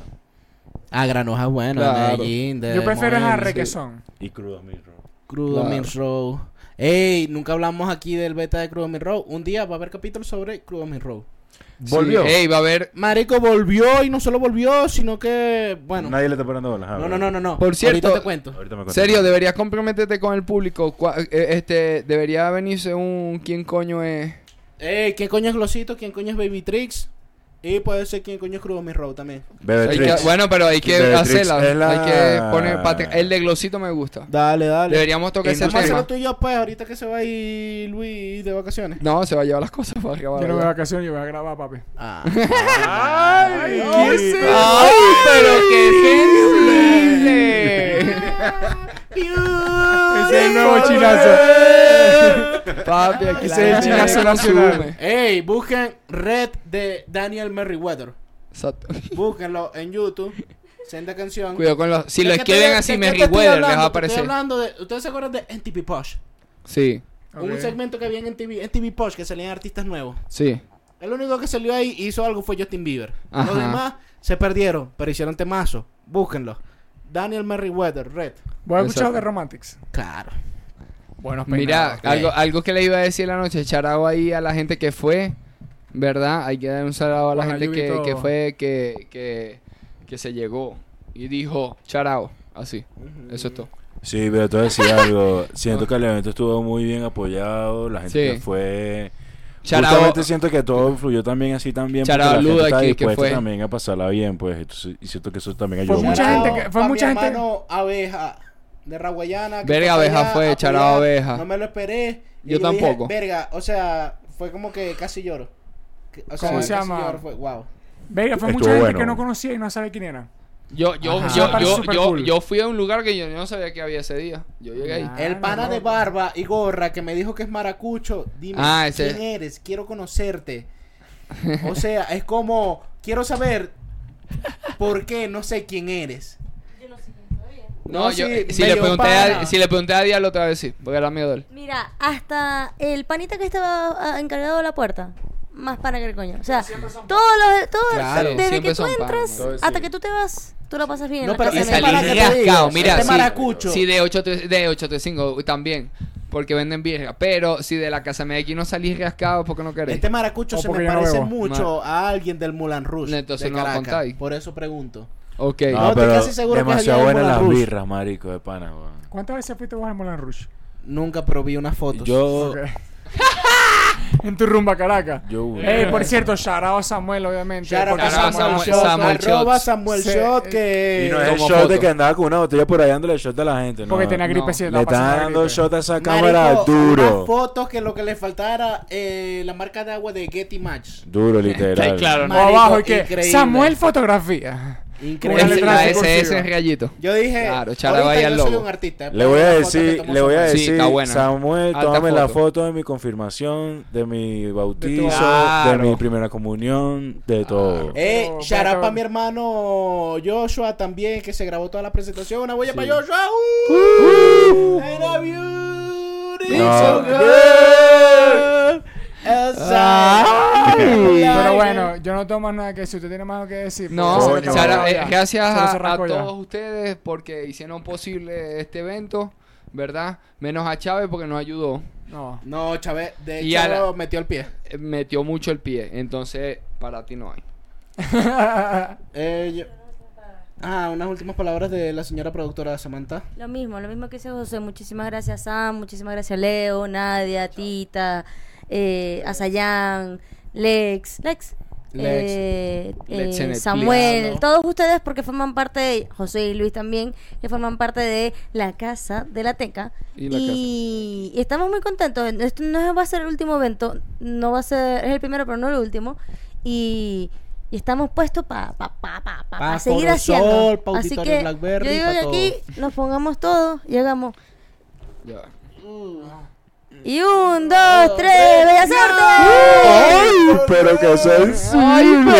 [SPEAKER 1] Ah, Granoja, bueno.
[SPEAKER 4] Claro.
[SPEAKER 1] Medellín,
[SPEAKER 4] Eh,
[SPEAKER 1] de
[SPEAKER 2] Yo prefiero es a
[SPEAKER 1] Moines,
[SPEAKER 2] Requesón.
[SPEAKER 3] Y crudo, mi bro.
[SPEAKER 1] Crudo
[SPEAKER 4] Claro.
[SPEAKER 1] Min Row. Ey, nunca hablamos aquí del beta de Crudo Min Row. Un día va a haber capítulo sobre Crudo Min Row.
[SPEAKER 4] Sí,
[SPEAKER 3] Volvió.
[SPEAKER 4] Ey, va a haber.
[SPEAKER 1] Marico volvió y no solo volvió, sino que. Bueno.
[SPEAKER 3] Nadie le está parando bolas. ah,
[SPEAKER 1] No, no,
[SPEAKER 3] bueno.
[SPEAKER 1] no, no, no.
[SPEAKER 4] Por cierto-
[SPEAKER 1] Ahorita te cuento.
[SPEAKER 3] Ahorita me cuentas.
[SPEAKER 4] Serio, deberías comprometerte con el público. Cua- eh, Este, debería venirse un quién coño es.
[SPEAKER 1] Eh, ¿quién coño es Glosito? ¿Quién coño es Baby Tricks? Y puede ser quién coño es Crudo Mi Row también.
[SPEAKER 4] Hay
[SPEAKER 3] Bebetrix.
[SPEAKER 4] que- bueno, pero hay que
[SPEAKER 3] Beatrix
[SPEAKER 4] hacerla.
[SPEAKER 3] es la- Ah.
[SPEAKER 4] Hay que poner. pate- el de Glosito me gusta.
[SPEAKER 1] Dale, dale.
[SPEAKER 4] Deberíamos tocar ese
[SPEAKER 1] Vamos a hacerlo
[SPEAKER 4] tema.
[SPEAKER 1] tú y yo, pues, ahorita que se va a ir Luis de vacaciones.
[SPEAKER 4] No, se va a llevar las cosas para
[SPEAKER 2] Yo no voy a
[SPEAKER 4] acabar.
[SPEAKER 2] vacaciones, yo voy a grabar, papi.
[SPEAKER 1] Ah.
[SPEAKER 3] ¡Ay!
[SPEAKER 2] Ay, sí.
[SPEAKER 4] ¡Ay, pero qué sensible!
[SPEAKER 2] Ese es el nuevo chinazo.
[SPEAKER 4] Papi, aquí
[SPEAKER 2] La
[SPEAKER 4] se el chinazo
[SPEAKER 2] verdad.
[SPEAKER 4] no sume.
[SPEAKER 1] Ey, busquen Red de Daniel Merriweather.
[SPEAKER 4] Exacto.
[SPEAKER 1] Búsquenlo en YouTube. Senda canción.
[SPEAKER 4] Cuidado con los. Si
[SPEAKER 1] ¿De
[SPEAKER 4] lo
[SPEAKER 1] qué te-
[SPEAKER 4] escriben
[SPEAKER 1] de
[SPEAKER 4] así,
[SPEAKER 1] qué
[SPEAKER 4] me
[SPEAKER 1] te estoy
[SPEAKER 4] recuerda, les va
[SPEAKER 1] hablando? Te
[SPEAKER 4] a
[SPEAKER 1] estoy
[SPEAKER 4] aparecer.
[SPEAKER 1] hablando de- ¿Ustedes se acuerdan de NTP Posh?
[SPEAKER 4] Sí,
[SPEAKER 2] Ok.
[SPEAKER 1] Un segmento que había en NTV, NTV Posh que salían artistas nuevos.
[SPEAKER 4] sí.
[SPEAKER 1] El único que salió ahí y hizo algo fue Justin Bieber.
[SPEAKER 4] Ajá.
[SPEAKER 1] Los demás se perdieron, pero hicieron temazo. Búsquenlo. Daniel Merriweather, Red.
[SPEAKER 2] Voy a escuchar
[SPEAKER 4] Exacto.
[SPEAKER 2] de Romantics.
[SPEAKER 1] Claro.
[SPEAKER 2] Buenos
[SPEAKER 4] Mira,
[SPEAKER 2] peinados.
[SPEAKER 4] algo, algo que le iba a decir la noche, echar agua ahí a la gente que fue, ¿verdad? Hay que dar un saludo a la
[SPEAKER 2] Bueno,
[SPEAKER 4] gente
[SPEAKER 2] yo vi
[SPEAKER 4] que,
[SPEAKER 2] todo.
[SPEAKER 4] que fue, que, que, que se llegó y dijo, charao, así. Eso es todo.
[SPEAKER 3] Sí, pero te voy a decir algo. Siento que el evento estuvo muy bien apoyado. La gente
[SPEAKER 4] Sí.
[SPEAKER 3] que fue.
[SPEAKER 4] Charao,
[SPEAKER 3] Justamente siento que todo fluyó también así también.
[SPEAKER 4] Shout
[SPEAKER 3] porque
[SPEAKER 4] out
[SPEAKER 3] la gente
[SPEAKER 4] Luda
[SPEAKER 3] está
[SPEAKER 4] aquí, que
[SPEAKER 3] dispuesta
[SPEAKER 4] fue.
[SPEAKER 3] también a pasarla bien, pues. entonces, y siento que eso también
[SPEAKER 2] Fue
[SPEAKER 3] ayudó
[SPEAKER 2] mucha
[SPEAKER 3] mucho.
[SPEAKER 2] gente que- fue
[SPEAKER 1] Pa'
[SPEAKER 2] mucha
[SPEAKER 1] mi
[SPEAKER 2] gente-
[SPEAKER 1] hermano Abeja de Raguayana. que fue para
[SPEAKER 4] Verga, Abeja
[SPEAKER 1] allá
[SPEAKER 4] fue,
[SPEAKER 1] a
[SPEAKER 4] charao,
[SPEAKER 1] apoyar.
[SPEAKER 4] Abeja.
[SPEAKER 1] No me lo esperé. y
[SPEAKER 4] Yo
[SPEAKER 1] dije,
[SPEAKER 4] tampoco.
[SPEAKER 1] Verga, o sea, fue como que casi lloro. Que- O sea,
[SPEAKER 2] ¿Cómo se
[SPEAKER 1] casi
[SPEAKER 2] llama?
[SPEAKER 1] lloro, fue, wow.
[SPEAKER 2] Venga, fue
[SPEAKER 3] Estuvo
[SPEAKER 2] mucha gente
[SPEAKER 3] bueno.
[SPEAKER 2] que no conocía y no sabía quién era.
[SPEAKER 4] yo, yo,
[SPEAKER 2] Ajá. Eso me
[SPEAKER 4] yo,
[SPEAKER 2] parece
[SPEAKER 4] yo,
[SPEAKER 2] súper
[SPEAKER 4] yo,
[SPEAKER 2] cool.
[SPEAKER 4] yo fui a un lugar que yo no sabía que había ese día. Yo llegué ahí.
[SPEAKER 2] Ah,
[SPEAKER 1] El pana
[SPEAKER 2] no,
[SPEAKER 1] de
[SPEAKER 2] no.
[SPEAKER 1] barba y gorra que me dijo que es maracucho, dime
[SPEAKER 4] Ah, ese-
[SPEAKER 1] quién eres, quiero conocerte. O sea, es como, quiero saber por qué no sé quién eres.
[SPEAKER 4] No, yo,
[SPEAKER 1] sí,
[SPEAKER 4] si, le
[SPEAKER 1] medio
[SPEAKER 4] pregunté
[SPEAKER 1] pana.
[SPEAKER 4] a, si le pregunté a Diablo otra vez, sí, porque era miedo de él.
[SPEAKER 5] Mira, hasta el panita que estaba ah, encargado de la puerta. Más pana que el coño. O sea, todos los. Todos,
[SPEAKER 4] Claro,
[SPEAKER 5] desde
[SPEAKER 4] siempre
[SPEAKER 5] que tú
[SPEAKER 4] son pana,
[SPEAKER 5] entras
[SPEAKER 4] todo
[SPEAKER 5] hasta que tú te vas, tú la pasas bien. en
[SPEAKER 1] No,
[SPEAKER 5] la
[SPEAKER 1] pero
[SPEAKER 5] casa
[SPEAKER 4] Y
[SPEAKER 5] de
[SPEAKER 1] ese
[SPEAKER 5] Mel.
[SPEAKER 4] salí
[SPEAKER 1] pana que te digo,
[SPEAKER 4] rascado, mira,
[SPEAKER 1] este
[SPEAKER 4] sí.
[SPEAKER 1] maracucho.
[SPEAKER 4] Sí, de 8 de 835 también, porque venden birra, pero si de la casa Medellín no salís rascado, ¿por qué no querés?
[SPEAKER 1] Este maracucho
[SPEAKER 2] O
[SPEAKER 1] se
[SPEAKER 2] porque
[SPEAKER 1] me
[SPEAKER 2] yo no
[SPEAKER 1] parece
[SPEAKER 2] bebo.
[SPEAKER 1] mucho a alguien del Mulan Rush.
[SPEAKER 4] Entonces
[SPEAKER 1] de
[SPEAKER 4] no lo
[SPEAKER 1] Caracas.
[SPEAKER 4] contáis.
[SPEAKER 1] Por eso pregunto.
[SPEAKER 4] Ok.
[SPEAKER 1] No,
[SPEAKER 3] No,
[SPEAKER 1] estoy
[SPEAKER 3] pero
[SPEAKER 1] casi seguro que es
[SPEAKER 3] demasiado
[SPEAKER 1] allá en
[SPEAKER 3] buenas las
[SPEAKER 1] Moulin Rouge.
[SPEAKER 3] birras, marico, de pana, weón.
[SPEAKER 2] ¿Cuántas veces fuiste vos al Moulin Rouge?
[SPEAKER 1] Nunca, pero vi unas fotos.
[SPEAKER 3] Yo,
[SPEAKER 2] Ok. en tu rumba Caracas.
[SPEAKER 3] Yo, güey.
[SPEAKER 2] Eh, por cierto, Sharao Samuel, obviamente.
[SPEAKER 1] Shout out
[SPEAKER 2] porque
[SPEAKER 1] a
[SPEAKER 4] Shout out
[SPEAKER 1] Samuel
[SPEAKER 4] Samuel
[SPEAKER 1] Shot,
[SPEAKER 4] Samuel Shots.
[SPEAKER 1] arroba Samuel
[SPEAKER 2] Sí.
[SPEAKER 1] Shot,
[SPEAKER 3] Y no
[SPEAKER 1] que...
[SPEAKER 3] es el
[SPEAKER 4] como
[SPEAKER 3] shot de
[SPEAKER 4] foto.
[SPEAKER 3] que andaba con una botella por ahí dándole shot a la gente.
[SPEAKER 2] Porque
[SPEAKER 3] no.
[SPEAKER 2] tenía gripe,
[SPEAKER 4] no.
[SPEAKER 2] sí,
[SPEAKER 3] Le
[SPEAKER 2] estaba pasando
[SPEAKER 3] estaban
[SPEAKER 2] la
[SPEAKER 3] dando
[SPEAKER 2] gripe.
[SPEAKER 3] shot a esa
[SPEAKER 1] Marico,
[SPEAKER 3] cámara
[SPEAKER 1] Más
[SPEAKER 3] duro.
[SPEAKER 1] fotos que lo que le faltara eh, la marca de agua de Getty Match.
[SPEAKER 3] Duro, literal.
[SPEAKER 4] Claro,
[SPEAKER 2] O
[SPEAKER 1] Marico,
[SPEAKER 2] abajo, ¿y qué?
[SPEAKER 1] increíble.
[SPEAKER 2] Samuel Fotografía.
[SPEAKER 1] Increíble.
[SPEAKER 2] Una
[SPEAKER 4] Es
[SPEAKER 2] letra
[SPEAKER 4] la
[SPEAKER 2] así
[SPEAKER 4] SS en
[SPEAKER 2] cursiva.
[SPEAKER 4] rayito.
[SPEAKER 1] Yo dije,
[SPEAKER 4] Claro, Chara,
[SPEAKER 1] ahorita
[SPEAKER 4] vaya
[SPEAKER 1] yo
[SPEAKER 4] al
[SPEAKER 1] soy
[SPEAKER 4] lobo.
[SPEAKER 1] un artista.
[SPEAKER 3] Le voy a
[SPEAKER 1] Pongo la foto que
[SPEAKER 3] decir,
[SPEAKER 1] tomó
[SPEAKER 3] le voy a
[SPEAKER 1] Samuel.
[SPEAKER 4] Sí,
[SPEAKER 3] decir,
[SPEAKER 4] está buena.
[SPEAKER 3] Samuel,
[SPEAKER 4] Alta
[SPEAKER 3] tómame la
[SPEAKER 4] foto.
[SPEAKER 3] foto de mi confirmación, de mi bautizo, de,
[SPEAKER 4] Claro.
[SPEAKER 3] mi primera comunión, de todo.
[SPEAKER 1] Eh,
[SPEAKER 2] Oh,
[SPEAKER 1] shout out
[SPEAKER 2] bacán.
[SPEAKER 1] pa' mi hermano Joshua también, que se grabó toda la presentación. Una huella
[SPEAKER 3] Sí.
[SPEAKER 1] para Joshua. Uh, Era beauty
[SPEAKER 3] No. Eh.
[SPEAKER 1] so good.
[SPEAKER 3] Ah.
[SPEAKER 1] Outside.
[SPEAKER 2] Pero bueno, yo no tomo más nada que si usted tiene más algo que decir. pues,
[SPEAKER 4] No,
[SPEAKER 2] se
[SPEAKER 3] Coño.
[SPEAKER 2] lo
[SPEAKER 4] Sara,
[SPEAKER 2] cerramos
[SPEAKER 4] eh,
[SPEAKER 2] ya.
[SPEAKER 4] gracias
[SPEAKER 2] Se lo
[SPEAKER 4] a, a
[SPEAKER 2] cerramos ya.
[SPEAKER 4] todos ustedes porque hicieron posible este evento, ¿verdad? Menos a Chávez porque nos ayudó.
[SPEAKER 2] No.
[SPEAKER 1] No, Chávez, de
[SPEAKER 4] Y
[SPEAKER 1] hecho
[SPEAKER 4] a la-
[SPEAKER 1] metió el pie.
[SPEAKER 4] Eh, Metió mucho el pie, entonces para ti no hay.
[SPEAKER 1] Eh, yo- Ah, unas últimas palabras de la señora productora Samantha.
[SPEAKER 5] Lo mismo, lo mismo que dice José. Muchísimas gracias, Sam. Muchísimas gracias, Leo, Nadia, Tita, eh, Azayán, Lex. Lex.
[SPEAKER 1] Lex.
[SPEAKER 5] eh,
[SPEAKER 4] Lex
[SPEAKER 5] eh,
[SPEAKER 4] en el
[SPEAKER 5] Samuel,
[SPEAKER 1] pliego.
[SPEAKER 5] todos ustedes porque forman parte de José y Luis también, que forman parte de la casa de la Teca.
[SPEAKER 4] Y la
[SPEAKER 5] y estamos muy contentos. Esto no va a ser el último evento, no va a ser, es el primero, pero no el último. Y, y estamos puestos para pa, pa, pa, pa,
[SPEAKER 1] Pa
[SPEAKER 5] pa seguir
[SPEAKER 1] Coro
[SPEAKER 5] haciendo.
[SPEAKER 1] Sol, pa
[SPEAKER 5] Así
[SPEAKER 1] Auditorio
[SPEAKER 5] que
[SPEAKER 1] Blackberry,
[SPEAKER 5] yo digo
[SPEAKER 1] pa
[SPEAKER 5] que aquí nos pongamos todos y hagamos.
[SPEAKER 4] Ya.
[SPEAKER 5] Y un, dos, tres, bellas artes.
[SPEAKER 3] ¡Ay, pero que sensible!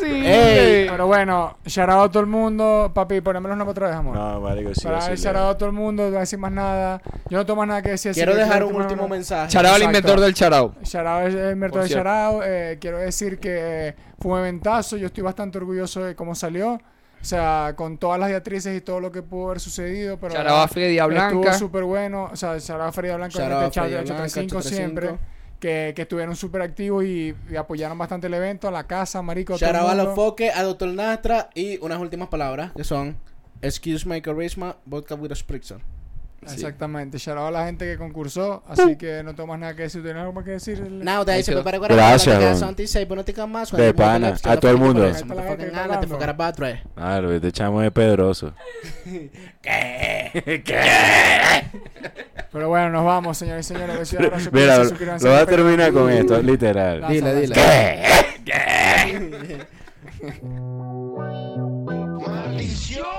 [SPEAKER 1] Ey.
[SPEAKER 2] Pero bueno, charado a todo el mundo. Papi, ponémelo una otra vez, amor.
[SPEAKER 3] No, marico, sí,
[SPEAKER 2] Para
[SPEAKER 3] sí,
[SPEAKER 2] el
[SPEAKER 3] le-
[SPEAKER 2] charado a todo el mundo, no voy a decir más nada. Yo no tomo más nada que decir. así
[SPEAKER 1] Quiero
[SPEAKER 2] que
[SPEAKER 1] dejar
[SPEAKER 2] quiero
[SPEAKER 1] un
[SPEAKER 2] tomar
[SPEAKER 1] último
[SPEAKER 2] una-
[SPEAKER 1] mensaje.
[SPEAKER 4] Charao, el
[SPEAKER 2] Exacto.
[SPEAKER 4] inventor del charao.
[SPEAKER 2] Charao es el mercado de
[SPEAKER 4] Por cierto.
[SPEAKER 2] Charao. eh, quiero decir que fue un eventazo. Yo estoy bastante orgulloso de cómo salió. O sea, con todas las diatrices y todo lo que pudo haber sucedido. Pero
[SPEAKER 4] Charao a Freddy, a
[SPEAKER 2] Estuvo
[SPEAKER 4] Blanca.
[SPEAKER 2] súper bueno. O sea, Charao a Frida Blanca,
[SPEAKER 1] Charao a
[SPEAKER 2] obviamente, Charao de
[SPEAKER 1] Frida Blanca,
[SPEAKER 2] 835 siempre.
[SPEAKER 1] 835.
[SPEAKER 2] Que, que estuvieron súper activos y, y apoyaron bastante el evento, a la casa, marico. a todo el
[SPEAKER 1] Charaba a los
[SPEAKER 2] mundo.
[SPEAKER 1] foques, a Doctor Nastra y unas últimas palabras que son Excuse my charisma, vodka with a spritzer.
[SPEAKER 4] Sí.
[SPEAKER 2] Exactamente, shout out a la gente que concursó, así que no tomas nada que decir, ¿tienes algo más que decir?
[SPEAKER 1] Now that
[SPEAKER 4] Ahí
[SPEAKER 1] I say
[SPEAKER 4] quedó.
[SPEAKER 1] prepare what
[SPEAKER 3] Gracias,
[SPEAKER 1] I
[SPEAKER 3] weón.
[SPEAKER 1] want, but not take más.
[SPEAKER 3] De pana, a todo el mundo. Claro, este chamo es pedroso. ¿Qué?
[SPEAKER 2] Pero bueno, nos vamos, señores y señores. Besos y abrazos,
[SPEAKER 3] Mira,
[SPEAKER 2] cuídense,
[SPEAKER 3] lo,
[SPEAKER 2] suscríbanse
[SPEAKER 3] lo
[SPEAKER 2] en
[SPEAKER 3] voy a
[SPEAKER 2] Facebook.
[SPEAKER 3] terminar con esto, literal.
[SPEAKER 2] Lanza, lanza.
[SPEAKER 3] ¿Qué? ¿Qué?
[SPEAKER 6] Maldición.